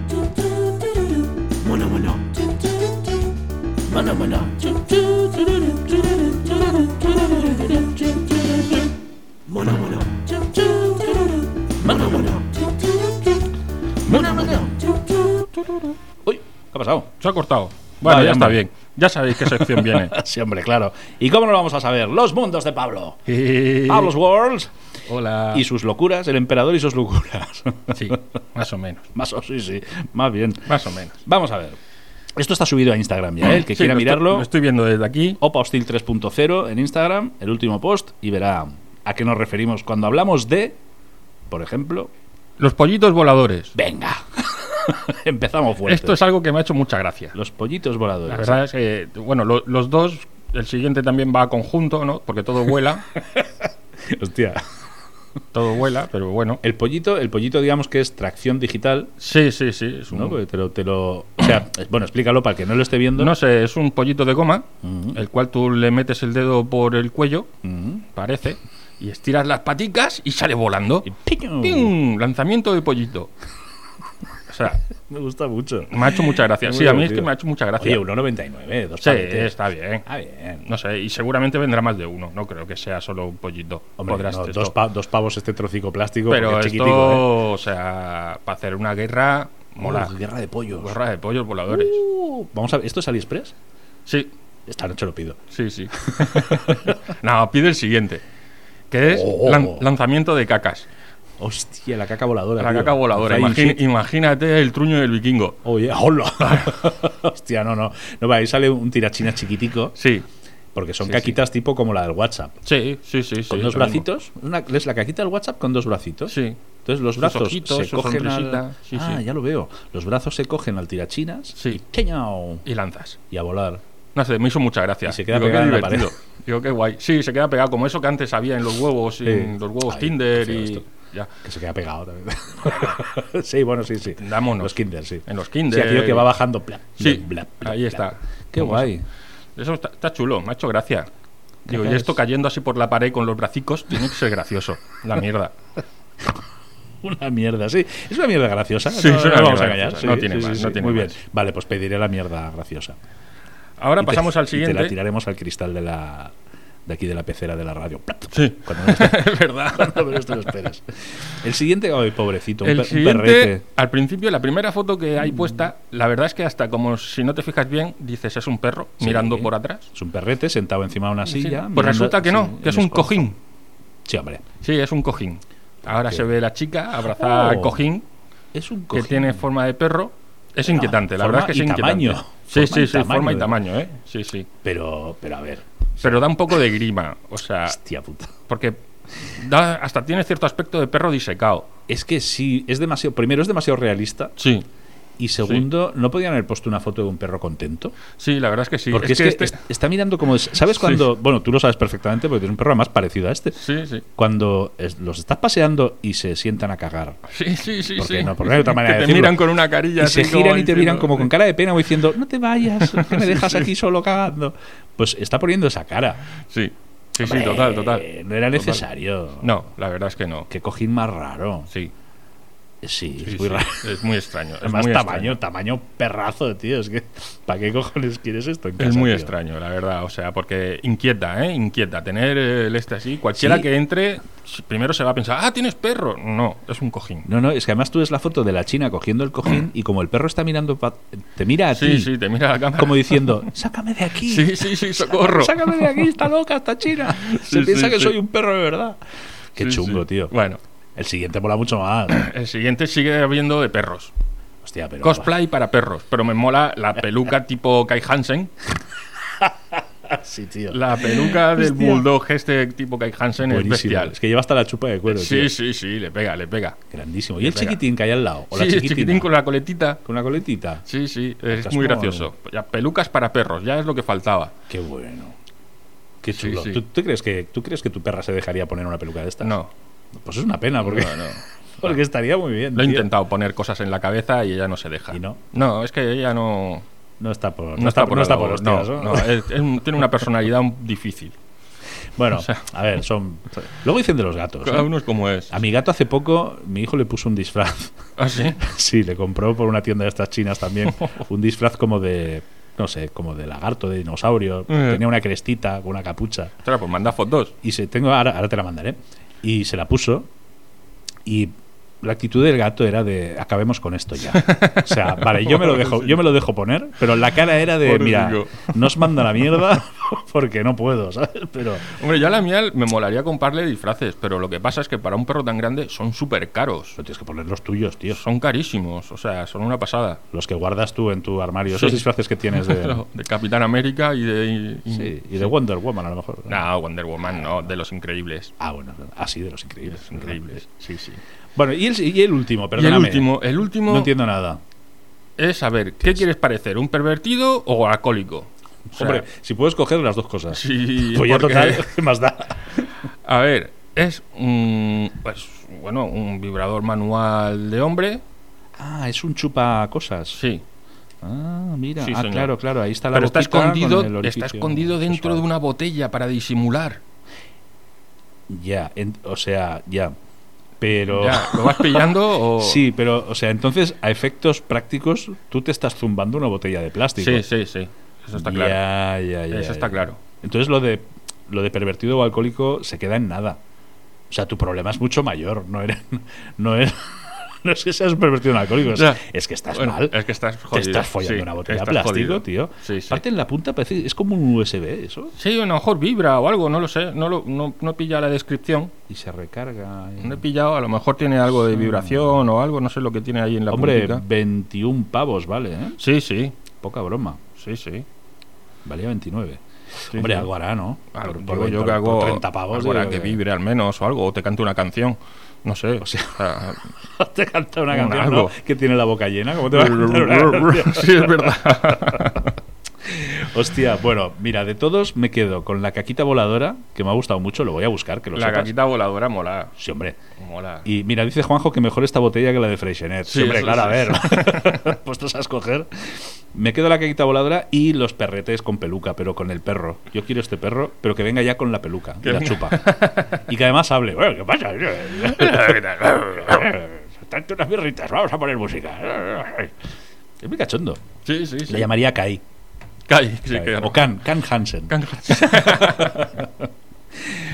Speaker 4: Mono mono. Mono mono. Mono mono. Mono mono. Mono mono.
Speaker 1: Uy, ¿qué ha pasado?
Speaker 2: Se ha cortado. Bueno,
Speaker 1: Vale,
Speaker 2: ya está
Speaker 1: hombre.
Speaker 2: bien. Ya sabéis qué sección viene.
Speaker 1: Sí, hombre, claro. ¿Y cómo no lo vamos a saber? Los mundos de Pablo. Pablo's
Speaker 2: Pablo.
Speaker 1: Worlds
Speaker 2: Hola.
Speaker 1: y sus locuras, el emperador y sus locuras.
Speaker 2: Sí, más o menos.
Speaker 1: Más o sí, sí, más bien.
Speaker 2: Más o menos.
Speaker 1: Vamos a ver. Esto está subido a Instagram ya, ¿eh? el que
Speaker 2: Sí,
Speaker 1: quiera
Speaker 2: lo estoy-
Speaker 1: mirarlo.
Speaker 2: lo estoy viendo desde aquí.
Speaker 1: Opa Hostil 3.0 en Instagram, el último post, y verá a qué nos referimos cuando hablamos de, por ejemplo,
Speaker 2: Los pollitos voladores.
Speaker 1: venga. Empezamos fuerte.
Speaker 2: Esto es algo que me ha hecho mucha gracia.
Speaker 1: Los pollitos
Speaker 2: La
Speaker 1: voladores.
Speaker 2: verdad es que, bueno, lo- los dos, el siguiente también va a conjunto, ¿no? Porque todo vuela,
Speaker 1: Hostia.
Speaker 2: todo vuela, pero bueno.
Speaker 1: El pollito, el pollito digamos que es tracción digital,
Speaker 2: Sí, sí, sí. Es un,
Speaker 1: ¿no? Porque te lo, te lo- o sea, es- bueno, explícalo para el que no lo esté viendo.
Speaker 2: Mm. No sé, es un pollito de goma,
Speaker 1: Ujú.
Speaker 2: el cual tú le metes el dedo por el cuello,
Speaker 1: Ujú.
Speaker 2: parece, y estiras las paticas y sale volando.
Speaker 1: Y ¡piu!
Speaker 2: ¡Pim! Lanzamiento de pollito. O sea,
Speaker 1: Me gusta mucho.
Speaker 2: me ha hecho mucha gracia.
Speaker 1: Muy
Speaker 2: Sí, a mí es
Speaker 1: divertido.
Speaker 2: que me ha hecho mucha gracia.
Speaker 1: Oye, 1,99, dos
Speaker 2: Sí,
Speaker 1: paletes.
Speaker 2: está bien.
Speaker 1: Ah, bien.
Speaker 2: No sé, y seguramente vendrá más de uno. No creo que sea solo un pollito.
Speaker 1: Hombre,
Speaker 2: Podrás
Speaker 1: no,
Speaker 2: esto.
Speaker 1: dos, pa- dos pavos este trocico plástico,
Speaker 2: Pero
Speaker 1: porque es
Speaker 2: esto,
Speaker 1: chiquitico, ¿eh?
Speaker 2: o sea, para hacer una guerra, mola.
Speaker 1: Uf, guerra de pollos.
Speaker 2: Guerra de pollos voladores.
Speaker 1: Uh, vamos a ver, ¿esto es AliExpress?
Speaker 2: Sí,
Speaker 1: Esta noche lo pido.
Speaker 2: sí, sí. no, pide el siguiente. Que es
Speaker 1: Oh.
Speaker 2: lan- lanzamiento de cacas.
Speaker 1: Hostia, la caca voladora.
Speaker 2: La
Speaker 1: tío.
Speaker 2: caca voladora.
Speaker 1: Flying
Speaker 2: Imagin-
Speaker 1: shit.
Speaker 2: imagínate el truño del vikingo.
Speaker 1: Oye, hola. Hostia, no, no. No, va, ahí sale un tirachina chiquitico,
Speaker 2: Sí,
Speaker 1: porque son
Speaker 2: Sí,
Speaker 1: caquitas tipo como la del WhatsApp.
Speaker 2: sí, sí, sí.
Speaker 1: Con dos
Speaker 2: sí, lo mismo.
Speaker 1: bracitos, una, es la caquita del WhatsApp con dos bracitos.
Speaker 2: Sí.
Speaker 1: Entonces los
Speaker 2: Sus
Speaker 1: brazos
Speaker 2: ojitos,
Speaker 1: se
Speaker 2: su
Speaker 1: cogen al...
Speaker 2: sonrisita. Sí,
Speaker 1: ah,
Speaker 2: sí.
Speaker 1: ya lo veo. Los brazos se cogen al tirachinas
Speaker 2: Sí.
Speaker 1: y ¡cheñao!
Speaker 2: Y lanzas.
Speaker 1: y a volar.
Speaker 2: No sé, me hizo mucha gracia.
Speaker 1: Y se queda
Speaker 2: Digo, qué
Speaker 1: pegada en la
Speaker 2: divertido.
Speaker 1: pared.
Speaker 2: Digo, qué guay. Sí, se queda pegado, como eso que antes había en los huevos, en los huevos
Speaker 1: Ay,
Speaker 2: Tinder
Speaker 1: qué feo
Speaker 2: y.
Speaker 1: esto.
Speaker 2: Ya.
Speaker 1: Que se queda pegado también. sí, bueno, sí, sí.
Speaker 2: Dámonos.
Speaker 1: Los Kinder, sí.
Speaker 2: En los Kinder.
Speaker 1: Sí, aquello que va bajando. plap,
Speaker 2: Sí,
Speaker 1: plap, plap, plap,
Speaker 2: ahí
Speaker 1: plap.
Speaker 2: está.
Speaker 1: Qué
Speaker 2: Como
Speaker 1: guay.
Speaker 2: Eso está, está chulo, me ha hecho gracia. Digo, y
Speaker 1: Gracias.
Speaker 2: esto cayendo así por la pared con los bracicos tiene que ser gracioso. La mierda.
Speaker 1: Una mierda, sí. Es una mierda graciosa.
Speaker 2: Sí,
Speaker 1: no,
Speaker 2: es una
Speaker 1: no vamos
Speaker 2: mierda
Speaker 1: a engañar.
Speaker 2: graciosa,
Speaker 1: Sí,
Speaker 2: no tiene
Speaker 1: sí, sí,
Speaker 2: más,
Speaker 1: sí.
Speaker 2: no tiene
Speaker 1: Muy
Speaker 2: más.
Speaker 1: bien. Vale, pues pediré la mierda graciosa.
Speaker 2: Ahora
Speaker 1: Y te-
Speaker 2: pasamos al
Speaker 1: y
Speaker 2: siguiente.
Speaker 1: te la tiraremos al cristal de la de aquí de la pecera de la radio. Plap.
Speaker 2: Sí.
Speaker 1: Cuando menos te-
Speaker 2: es verdad.
Speaker 1: cuando menos te lo esperas. El siguiente, ay, pobrecito, un,
Speaker 2: El
Speaker 1: per- un
Speaker 2: siguiente,
Speaker 1: perrete.
Speaker 2: al principio, la primera foto que hay puesta, la verdad es que hasta como si no te fijas bien, dices es un perro
Speaker 1: Sí.
Speaker 2: mirando por atrás.
Speaker 1: Es un perrete sentado encima de una silla.
Speaker 2: Sí.
Speaker 1: mirando-
Speaker 2: Pues resulta que
Speaker 1: sí,
Speaker 2: no, que es
Speaker 1: en
Speaker 2: un
Speaker 1: escozo.
Speaker 2: cojín.
Speaker 1: Sí, hombre.
Speaker 2: Sí, es un cojín. Ahora
Speaker 1: Sí.
Speaker 2: se ve la chica abrazada al
Speaker 1: Oh,
Speaker 2: cojín,
Speaker 1: Es un
Speaker 2: que
Speaker 1: cojín.
Speaker 2: tiene forma de perro. Es inquietante, la
Speaker 1: forma
Speaker 2: verdad es que es
Speaker 1: y
Speaker 2: inquietante.
Speaker 1: tamaño.
Speaker 2: Sí,
Speaker 1: Forma
Speaker 2: sí,
Speaker 1: y
Speaker 2: sí, forma y
Speaker 1: tamaño,
Speaker 2: tamaño, ¿eh? Sí, sí.
Speaker 1: Pero, pero a ver.
Speaker 2: Pero da un poco de grima, o sea,
Speaker 1: Hostia puta.
Speaker 2: porque da, hasta tiene cierto aspecto de perro disecado.
Speaker 1: Es que sí, es demasiado. Primero, es demasiado realista.
Speaker 2: Sí.
Speaker 1: Y segundo, ¿no podían haber puesto una foto de un perro contento?
Speaker 2: Sí, la verdad es que sí.
Speaker 1: Porque es, que,
Speaker 2: este-
Speaker 1: est- está mirando como. es- ¿Sabes
Speaker 2: Sí.
Speaker 1: cuando.? Bueno, tú lo sabes perfectamente porque tienes un perro más parecido a este.
Speaker 2: Sí, sí.
Speaker 1: Cuando es- los estás paseando y se sientan a cagar.
Speaker 2: Sí, sí, sí.
Speaker 1: Porque
Speaker 2: sí.
Speaker 1: no, porque no hay otra manera
Speaker 2: que
Speaker 1: de
Speaker 2: te
Speaker 1: decirlo.
Speaker 2: miran con una carilla.
Speaker 1: Y se
Speaker 2: así como
Speaker 1: giran y te
Speaker 2: diciendo-
Speaker 1: miran como con cara de pena como diciendo, no te vayas, que me dejas aquí solo cagando. Pues está poniendo esa cara.
Speaker 2: Sí, sí, sí,
Speaker 1: Hombre,
Speaker 2: total, total.
Speaker 1: No era
Speaker 2: Total.
Speaker 1: necesario.
Speaker 2: No, la verdad es que no.
Speaker 1: Qué cojín más raro.
Speaker 2: Sí,
Speaker 1: Sí,
Speaker 2: sí,
Speaker 1: es muy
Speaker 2: sí,
Speaker 1: raro.
Speaker 2: es muy extraño. Es
Speaker 1: Además,
Speaker 2: muy
Speaker 1: tamaño,
Speaker 2: extraño.
Speaker 1: tamaño perrazo, tío. Es que, ¿para qué cojones quieres esto en casa,
Speaker 2: Es muy
Speaker 1: tío?
Speaker 2: extraño, la verdad. O sea, porque inquieta, ¿eh? Inquieta. Tener eh, el este así, cualquiera
Speaker 1: Sí.
Speaker 2: que entre, primero se va a pensar, ah, tienes perro. No, es un cojín.
Speaker 1: No, no, es que además tú ves la foto de la china cogiendo el cojín y como el perro está mirando, pa- te mira a
Speaker 2: Sí,
Speaker 1: ti,
Speaker 2: sí, te mira la cámara.
Speaker 1: como diciendo, sácame de aquí.
Speaker 2: Sí, sí, sí, socorro.
Speaker 1: Sácame de aquí, está loca, está china. Se
Speaker 2: Sí,
Speaker 1: piensa
Speaker 2: sí,
Speaker 1: que
Speaker 2: sí.
Speaker 1: soy un perro de verdad. Qué
Speaker 2: Sí, sí.
Speaker 1: chungo, tío.
Speaker 2: Bueno,
Speaker 1: El siguiente mola mucho más.
Speaker 2: el siguiente sigue habiendo de perros.
Speaker 1: Hostia, pero.
Speaker 2: Cosplay para perros, pero me mola la peluca tipo Kai Hansen.
Speaker 1: Sí, tío.
Speaker 2: La peluca del
Speaker 1: Hostia.
Speaker 2: bulldog este tipo Kai Hansen
Speaker 1: Buenísimo.
Speaker 2: es bestial.
Speaker 1: Es que lleva hasta la chupa de cuero,
Speaker 2: sí,
Speaker 1: tío.
Speaker 2: sí, sí, le pega, le pega.
Speaker 1: Grandísimo. Y el
Speaker 2: Venga.
Speaker 1: chiquitín que hay al lado. O la
Speaker 2: sí, el
Speaker 1: chiquitina.
Speaker 2: chiquitín con la coletita.
Speaker 1: Con una coletita.
Speaker 2: Sí, sí, es
Speaker 1: Estás
Speaker 2: muy
Speaker 1: como-
Speaker 2: gracioso. Ya, pelucas para perros, ya es lo que faltaba.
Speaker 1: Qué bueno. Qué
Speaker 2: Sí,
Speaker 1: chulo.
Speaker 2: sí.
Speaker 1: ¿Tú, tú crees que, ¿Tú crees que tu perra se dejaría poner una peluca de estas?
Speaker 2: No,
Speaker 1: Pues es una pena, porque,
Speaker 2: no, no.
Speaker 1: porque estaría muy bien.
Speaker 2: Lo he
Speaker 1: tío.
Speaker 2: intentado poner cosas en la cabeza y ella no se deja.
Speaker 1: ¿Y no?
Speaker 2: No, es que ella no,
Speaker 1: No está por,
Speaker 2: no,
Speaker 1: no está, por, no está por
Speaker 2: algo-
Speaker 1: los tíos,
Speaker 2: no,
Speaker 1: ¿no? Pues
Speaker 2: no, eh. es- es un- tiene una personalidad un- difícil.
Speaker 1: Bueno,
Speaker 2: o sea.
Speaker 1: a ver, son. Luego dicen de los gatos.
Speaker 2: Cada
Speaker 1: ¿eh?
Speaker 2: uno es como es.
Speaker 1: A mi gato hace poco, mi hijo le puso un disfraz.
Speaker 2: ¿Ah, sí?
Speaker 1: Sí, le compró por una tienda de estas chinas también un disfraz como de, no sé, como de lagarto, de dinosaurio.
Speaker 2: Eh.
Speaker 1: Tenía una crestita con una capucha.
Speaker 2: Ostras, pues manda fotos.
Speaker 1: Y se tengo, ahora, ahora te la mandaré. Y se la puso. Y la actitud del gato era de acabemos con esto ya. O sea, vale, yo me lo dejo, yo me lo dejo poner, pero la cara era de mira,
Speaker 2: Pobrecillo.
Speaker 1: no os mando a la mierda porque no puedo, ¿sabes? Pero
Speaker 2: Hombre, yo a la mía me molaría comprarle disfraces, pero lo que pasa es que para un perro tan grande son súper caros.
Speaker 1: pero tienes que poner los tuyos, tío.
Speaker 2: Son carísimos, o sea, son una pasada.
Speaker 1: Los que guardas tú en tu armario, esos
Speaker 2: Sí.
Speaker 1: disfraces que tienes de,
Speaker 2: Claro, de Capitán América y de. y- y-
Speaker 1: sí, y de Wonder Woman a lo mejor.
Speaker 2: No, Wonder Woman, no, de los increíbles.
Speaker 1: Ah, bueno, así de los increíbles.
Speaker 2: Los increíbles, sí, sí.
Speaker 1: Bueno, y el, y el último,
Speaker 2: Y el
Speaker 1: perdóname.
Speaker 2: último, el último
Speaker 1: No entiendo nada.
Speaker 2: es saber, ¿qué quieres parecer? ¿Un pervertido o alcohólico? O sea,
Speaker 1: Hombre, si puedes coger las dos cosas.
Speaker 2: sí,
Speaker 1: pues ya
Speaker 2: porque-
Speaker 1: total, ¿qué más da?
Speaker 2: A ver, es un. Pues, bueno, un vibrador manual de hombre,
Speaker 1: Ah, es un chupa cosas.
Speaker 2: sí.
Speaker 1: Ah, mira.
Speaker 2: Sí,
Speaker 1: ah,
Speaker 2: señor.
Speaker 1: claro, claro. Ahí está la
Speaker 2: Pero está
Speaker 1: boquita con
Speaker 2: escondido,
Speaker 1: el
Speaker 2: está
Speaker 1: orificio
Speaker 2: escondido dentro
Speaker 1: sexual.
Speaker 2: de una botella para disimular.
Speaker 1: Ya, en- o sea, ya. Pero.
Speaker 2: Ya, ¿Lo vas pillando o.?
Speaker 1: Sí, pero, o sea, entonces, a efectos prácticos, tú te estás zumbando una botella de plástico.
Speaker 2: sí, sí, sí. Eso está claro.
Speaker 1: Ya, ya, ya,
Speaker 2: Eso
Speaker 1: ya.
Speaker 2: está claro.
Speaker 1: Entonces, lo de, lo de pervertido o alcohólico se queda en nada. O sea, tu problema es mucho mayor. No, era, no, es, no es que seas un pervertido o un alcohólico. Es,
Speaker 2: Ya.
Speaker 1: es que estás
Speaker 2: Bueno,
Speaker 1: mal.
Speaker 2: Es que estás
Speaker 1: Te
Speaker 2: jodido.
Speaker 1: estás follando
Speaker 2: Sí,
Speaker 1: una botella de
Speaker 2: estás
Speaker 1: plástico,
Speaker 2: jodido.
Speaker 1: tío.
Speaker 2: Sí, sí.
Speaker 1: Parte en la punta, parece, es como un USB eso.
Speaker 2: Sí, a lo mejor vibra o algo, no lo sé. No, lo, no, no he pillado la descripción.
Speaker 1: Y se recarga. y-
Speaker 2: No he pillado, a lo mejor tiene algo de
Speaker 1: Sí.
Speaker 2: vibración o algo, no sé lo que tiene ahí en la
Speaker 1: Hombre,
Speaker 2: puntica.
Speaker 1: 21 pavos, vale, ¿eh?
Speaker 2: Sí, sí,
Speaker 1: Poca broma.
Speaker 2: sí, sí.
Speaker 1: Valía 29.
Speaker 2: Sí,
Speaker 1: Hombre,
Speaker 2: sí.
Speaker 1: algo hará, ¿no?
Speaker 2: Algo-
Speaker 1: Por-
Speaker 2: digo
Speaker 1: por 20,
Speaker 2: yo que hago
Speaker 1: por 30 pavos.
Speaker 2: algo hará
Speaker 1: digo
Speaker 2: que
Speaker 1: que-
Speaker 2: vibre al menos o algo, o te canta una canción. No sé, o sea,
Speaker 1: Te canta una
Speaker 2: Un
Speaker 1: canción
Speaker 2: algo.
Speaker 1: ¿no? que tiene la boca llena. ¿Cómo te va a cantar una canción?
Speaker 2: sí, es verdad.
Speaker 1: Hostia, bueno, mira, de todos me quedo con la caquita voladora, que me ha gustado mucho, lo voy a buscar, que lo
Speaker 2: La
Speaker 1: sepas.
Speaker 2: caquita voladora mola.
Speaker 1: Sí, hombre.
Speaker 2: Mola.
Speaker 1: Y mira, dice Juanjo que mejor esta botella que la de Freixenet.
Speaker 2: Sí,
Speaker 1: Siempre,
Speaker 2: eso
Speaker 1: claro,
Speaker 2: sí.
Speaker 1: a ver. Puestos a escoger. Me quedo la caquita voladora y los perretes con peluca, pero con el perro. Yo quiero este perro, pero que venga ya con la peluca y
Speaker 2: Que
Speaker 1: la
Speaker 2: venga.
Speaker 1: chupa. Y que además hable. "Eh, ¿Qué pasa? Tanto unas birritas, vamos a poner música. Es muy cachondo.
Speaker 2: Sí, sí, sí.
Speaker 1: Le llamaría Kai.
Speaker 2: Calle, sí,
Speaker 1: Kai.
Speaker 2: que-
Speaker 1: O Can, Can Hansen.
Speaker 2: Can-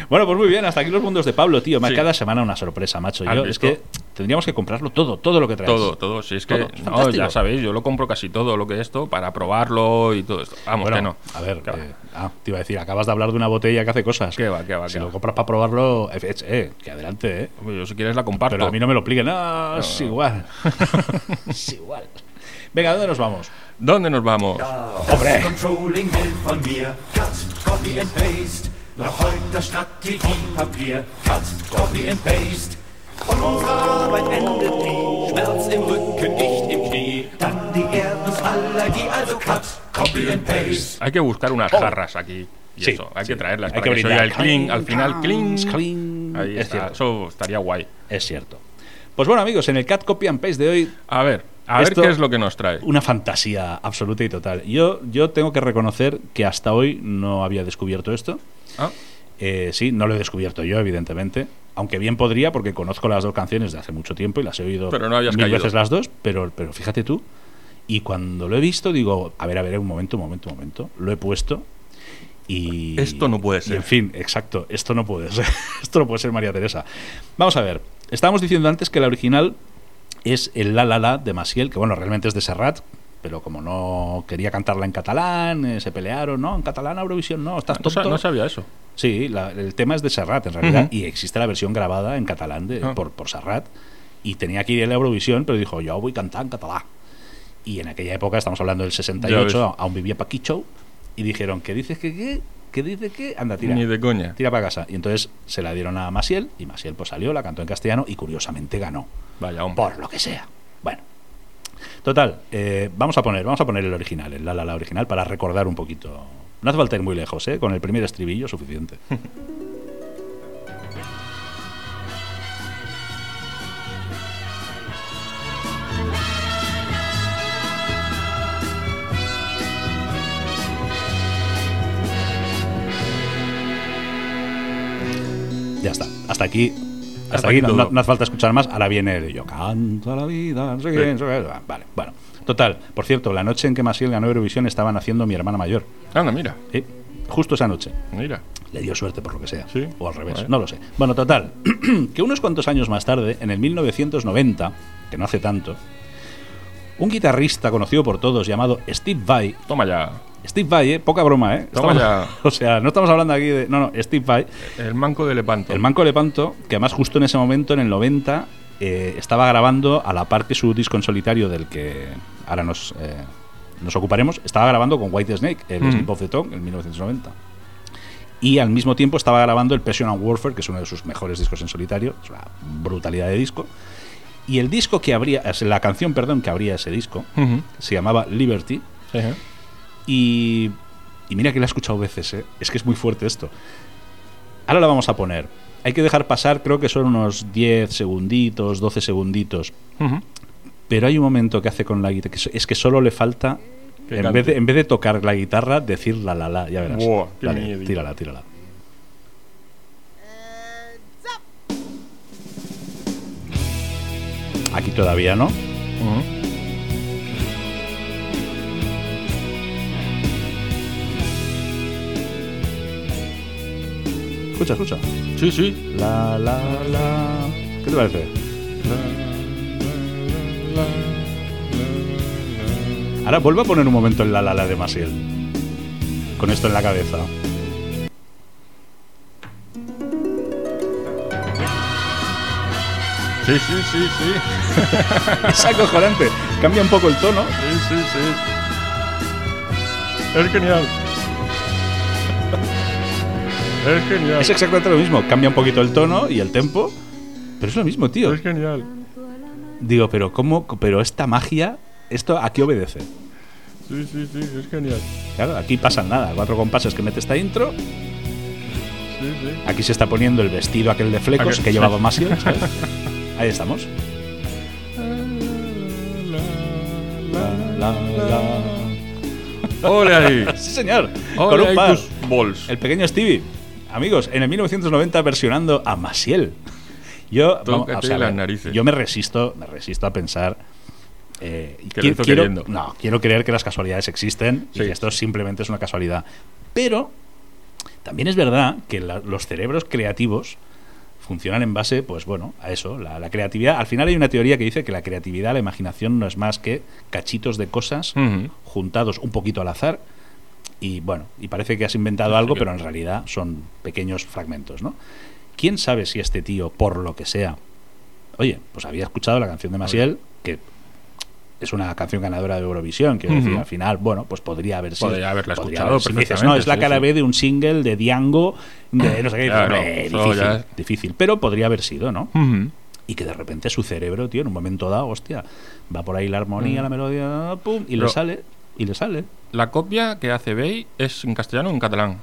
Speaker 1: Bueno, pues muy bien, hasta aquí los mundos de Pablo, tío. Ma-
Speaker 2: Sí.
Speaker 1: Cada semana una sorpresa, macho.
Speaker 2: ¿Has
Speaker 1: Yo, es
Speaker 2: visto?
Speaker 1: que tendríamos que comprarlo todo, todo lo que traes.
Speaker 2: Todo, todo. Si es que,
Speaker 1: Todo,
Speaker 2: no,
Speaker 1: fantástico.
Speaker 2: ya sabéis, yo lo compro casi todo lo que esto para probarlo y todo esto. Vamos,
Speaker 1: Bueno,
Speaker 2: que no.
Speaker 1: a ver,
Speaker 2: Que va.
Speaker 1: eh, ah, te iba a decir, acabas de hablar de una botella que hace cosas.
Speaker 2: Que va, que va,
Speaker 1: si
Speaker 2: que
Speaker 1: lo
Speaker 2: va.
Speaker 1: compras para probarlo, eh, eh, que adelante, eh.
Speaker 2: Hombre, yo si quieres la comparto.
Speaker 1: Pero a mí no me lo pliquen. No, es igual. es igual. Venga, ¿dónde nos vamos?
Speaker 2: ¿Dónde nos vamos?
Speaker 1: Hombre.
Speaker 5: Controlling will von mir Cut, Copy and Paste. Noch heute das Strategiepapier. Cut, Copy and Paste. Und unsere Arbeit endet nie. Schmerz im Rücken, nicht im Knie. Dann die Erdnussallergie, also Cut, Copy and Paste.
Speaker 2: Hay que buscar unas jarras aquí. Y
Speaker 1: Oh. Sí,
Speaker 2: eso, hay
Speaker 1: sí.
Speaker 2: que traerlas
Speaker 1: Hay
Speaker 2: para
Speaker 1: que
Speaker 2: que, se oiga el
Speaker 1: brindar.
Speaker 2: cling, al final cling.
Speaker 1: Cling.
Speaker 2: Ahí
Speaker 1: Es
Speaker 2: está.
Speaker 1: cierto.
Speaker 2: Eso estaría guay.
Speaker 1: Es cierto. Pues bueno, amigos, en el Cat Copy and Paste de hoy
Speaker 2: A ver, a
Speaker 1: Esto-
Speaker 2: ver qué es lo que nos trae.
Speaker 1: una fantasía absoluta y total. Yo, yo tengo que reconocer que hasta hoy no había descubierto esto.
Speaker 2: Ah,
Speaker 1: Eh, sí, no lo he descubierto yo, evidentemente. Aunque bien podría, porque conozco las dos canciones de hace mucho tiempo y las he oído
Speaker 2: Pero no habías
Speaker 1: mil
Speaker 2: caído.
Speaker 1: veces las dos, pero, pero fíjate tú. Y cuando lo he visto, digo, a ver, a ver, un momento, un momento, un momento. Lo he puesto y...
Speaker 2: Esto no puede
Speaker 1: Y
Speaker 2: ser.
Speaker 1: en fin, exacto, esto no puede ser. esto no puede ser María Teresa. Vamos a ver, estábamos diciendo antes que la original es el La La La de Maciel, que bueno, realmente es de Serrat, pero como no quería cantarla en catalán, eh, se pelearon, no, en catalán Eurovisión no, estás
Speaker 2: no, sa-
Speaker 1: tonto.
Speaker 2: no sabía eso.
Speaker 1: Sí, la- el tema es de Serrat en realidad
Speaker 2: Ujú.
Speaker 1: y existe la versión grabada en catalán de,
Speaker 2: Ah.
Speaker 1: por, por Serrat y tenía que ir a la Eurovisión pero dijo yo voy a cantar en catalán y en aquella época, estamos hablando del
Speaker 2: Ya
Speaker 1: 68, aún vivía Paquicho y dijeron que dices que qué, que dice que anda tira,
Speaker 2: Ni de coña.
Speaker 1: tira para casa y entonces se la dieron a Maciel y Maciel pues salió, la cantó en castellano y curiosamente ganó
Speaker 2: Vaya, hombre.
Speaker 1: por lo que sea. Bueno. Total, eh, vamos a poner, vamos a poner el original, el la la la original para recordar un poquito. No hace falta ir muy lejos, ¿eh? Con el primer estribillo es suficiente. Ya está, hasta aquí. Hasta,
Speaker 2: Hasta
Speaker 1: aquí,
Speaker 2: aquí
Speaker 1: no,
Speaker 2: todo.
Speaker 1: no- no hace falta escuchar más. Ahora viene el yo canto a la vida. no sé qué,
Speaker 2: Sí.
Speaker 1: no sé qué. Vale, bueno. Total, por cierto, la noche en que Masiel ganó Eurovisión estaban haciendo mi hermana mayor.
Speaker 2: Anda, mira,
Speaker 1: ¿sí? Justo esa noche.
Speaker 2: mira.
Speaker 1: Le dio suerte por lo que sea.
Speaker 2: Sí,
Speaker 1: O al revés,
Speaker 2: vale.
Speaker 1: no lo sé. Bueno, total, que unos cuantos años más tarde, en el 1990, que no hace tanto, un guitarrista conocido por todos llamado Steve Vai,
Speaker 2: Toma ya.
Speaker 1: Steve Vai, ¿eh? poca broma, ¿eh?
Speaker 2: Toma ya.
Speaker 1: O sea, no estamos hablando aquí de... No, no, Steve Vai,
Speaker 2: El manco de Lepanto.
Speaker 1: el Manco Lepanto, que además justo en ese momento, en el 90, eh, estaba grabando a la par que su disco en solitario del que ahora nos, eh, nos ocuparemos, estaba grabando con White Snake, el
Speaker 2: Mm.
Speaker 1: Slip of the Tongue, en 1990. Y al mismo tiempo estaba grabando el Passion and Warfare, que es uno de sus mejores discos en solitario, es una brutalidad de disco. Y el disco que abría, es la canción, perdón, que abría ese disco,
Speaker 2: Ujú.
Speaker 1: se llamaba Liberty,
Speaker 2: Sí, ¿eh?
Speaker 1: y, y mira que la he escuchado veces, ¿eh? es que es muy fuerte esto. Ahora la vamos a poner. Hay que dejar pasar, creo que son unos 10 segunditos, 12 segunditos.
Speaker 2: Ujú.
Speaker 1: Pero hay un momento que hace con la guitarra, que so- es que solo le falta,
Speaker 2: Que
Speaker 1: en
Speaker 2: cante.
Speaker 1: vez, de, en vez de tocar la guitarra, decir la la la, ya verás.
Speaker 2: Buah, qué
Speaker 1: Dale,
Speaker 2: miedo.
Speaker 1: tírala, tírala.
Speaker 6: And
Speaker 1: Aquí todavía no.
Speaker 2: Ujú.
Speaker 1: Escucha, escucha.
Speaker 2: Sí, sí.
Speaker 1: La, la, la. ¿Qué te parece? Ahora vuelvo a poner un momento en la la la de Masiel. Con esto en la cabeza.
Speaker 2: Sí, sí, sí, sí.
Speaker 1: Es acojonante. Cambia un poco el tono.
Speaker 2: Sí, sí, sí. Es genial. Es genial.
Speaker 1: Es exactamente lo mismo. Cambia un poquito el tono y el tempo. Pero es lo mismo, tío.
Speaker 2: Es genial.
Speaker 1: Digo, pero ¿cómo? Pero esta magia, ¿esto a qué obedece?
Speaker 2: Sí, sí, sí, es genial.
Speaker 1: Claro, aquí pasa nada. Cuatro compases que mete esta intro.
Speaker 2: Sí, sí.
Speaker 1: Aquí se está poniendo el vestido aquel de flecos
Speaker 2: Aquel-
Speaker 1: que llevaba Masiel. ¿sabes? Ahí estamos. La, la, la.
Speaker 2: ¡Ole ahí!
Speaker 1: Sí, señor. Con
Speaker 2: ¡Ole
Speaker 1: un
Speaker 2: ahí
Speaker 1: par.
Speaker 2: tus bols!
Speaker 1: El pequeño Stevie. Amigos, en el 1990 versionando a Masiel. Yo,
Speaker 2: Tócate
Speaker 1: vamos, o sea, a ver,
Speaker 2: las narices.
Speaker 1: yo me resisto, me resisto a pensar. eh, y
Speaker 2: Que
Speaker 1: qui-
Speaker 2: lo hizo
Speaker 1: quiero,
Speaker 2: queriendo.
Speaker 1: no, quiero creer que las casualidades existen y
Speaker 2: Sí.
Speaker 1: que esto simplemente es una casualidad. Pero también es verdad que la- los cerebros creativos funcionan en base, pues bueno, a eso, la, la creatividad. Al final hay una teoría que dice que la creatividad, la imaginación, no es más que cachitos de cosas
Speaker 2: Ujú.
Speaker 1: juntados un poquito al azar y bueno, y parece que has inventado algo,
Speaker 2: que-
Speaker 1: pero en realidad son pequeños fragmentos, ¿no? ¿Quién sabe si este tío, por lo que sea, oye, pues había escuchado la canción de Maciel, que es una canción ganadora de Eurovisión, quiero decir,
Speaker 2: Ujú.
Speaker 1: al final, bueno, pues podría haber sido.
Speaker 2: Podría haberla
Speaker 1: podría
Speaker 2: escuchado
Speaker 1: haber sido. Dices,
Speaker 2: perfectamente,
Speaker 1: no, es la
Speaker 2: sí,
Speaker 1: cara
Speaker 2: sí.
Speaker 1: B de un single de Diango, de no sé qué, dices,
Speaker 2: Claro,
Speaker 1: hombre,
Speaker 2: eso
Speaker 1: difícil,
Speaker 2: ya es-
Speaker 1: difícil, pero podría haber sido, ¿no?
Speaker 2: Ujú.
Speaker 1: Y que de repente su cerebro, tío, en un momento dado, hostia, va por ahí la armonía,
Speaker 2: Mm.
Speaker 1: la melodía, pum, y le
Speaker 2: Pero-
Speaker 1: sale, y le sale.
Speaker 2: La copia que hace Bey es en castellano o en catalán.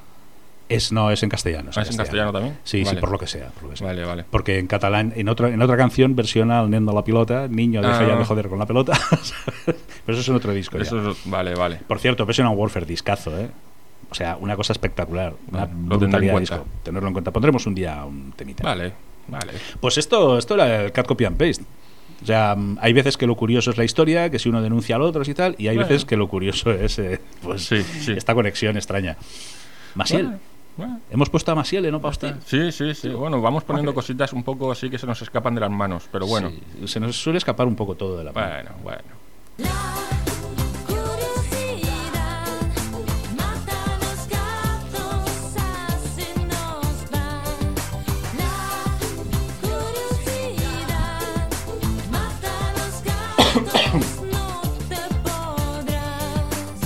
Speaker 1: Es, no, es en castellano.
Speaker 2: Ah, es en castellano también.
Speaker 1: Sí, sí,
Speaker 2: Vale.
Speaker 1: por lo que sea. por lo que sea.
Speaker 2: Vale, vale.
Speaker 1: Porque en catalán, en otra, en otra canción versiona al nendo la pelota, niño, deja
Speaker 2: Ah.
Speaker 1: ya de joder con la pelota. ¿sabes? Pero eso es en otro disco. ya.
Speaker 2: Eso es- vale, vale.
Speaker 1: Por cierto, versiona un Warfare discazo, ¿eh? O sea, una cosa espectacular. Una
Speaker 2: Vale, lo tendré en
Speaker 1: brutalidad de
Speaker 2: cuenta.
Speaker 1: disco. Tenerlo en cuenta. Pondremos un día un temita.
Speaker 2: Vale, vale.
Speaker 1: Pues esto, esto era el cat copy and paste. O sea, mm, hay veces que lo curioso es la historia, que si uno denuncia al otro y tal, y hay
Speaker 2: Bueno.
Speaker 1: veces que lo curioso es eh, pues,
Speaker 2: Sí, sí.
Speaker 1: esta conexión extraña. Masiel.
Speaker 2: Vale, vale.
Speaker 1: Hemos puesto a Masiel, ¿eh? ¿no, Paustín?
Speaker 2: Sí, sí, sí. Bueno, vamos poniendo cositas un poco así que se nos escapan de las manos, pero bueno.
Speaker 1: Sí, se nos suele escapar un poco todo de la mano.
Speaker 2: Bueno, bueno.
Speaker 4: La curiosidad mata a los gatos, así nos va. La curiosidad mata a los gatos, no te podrás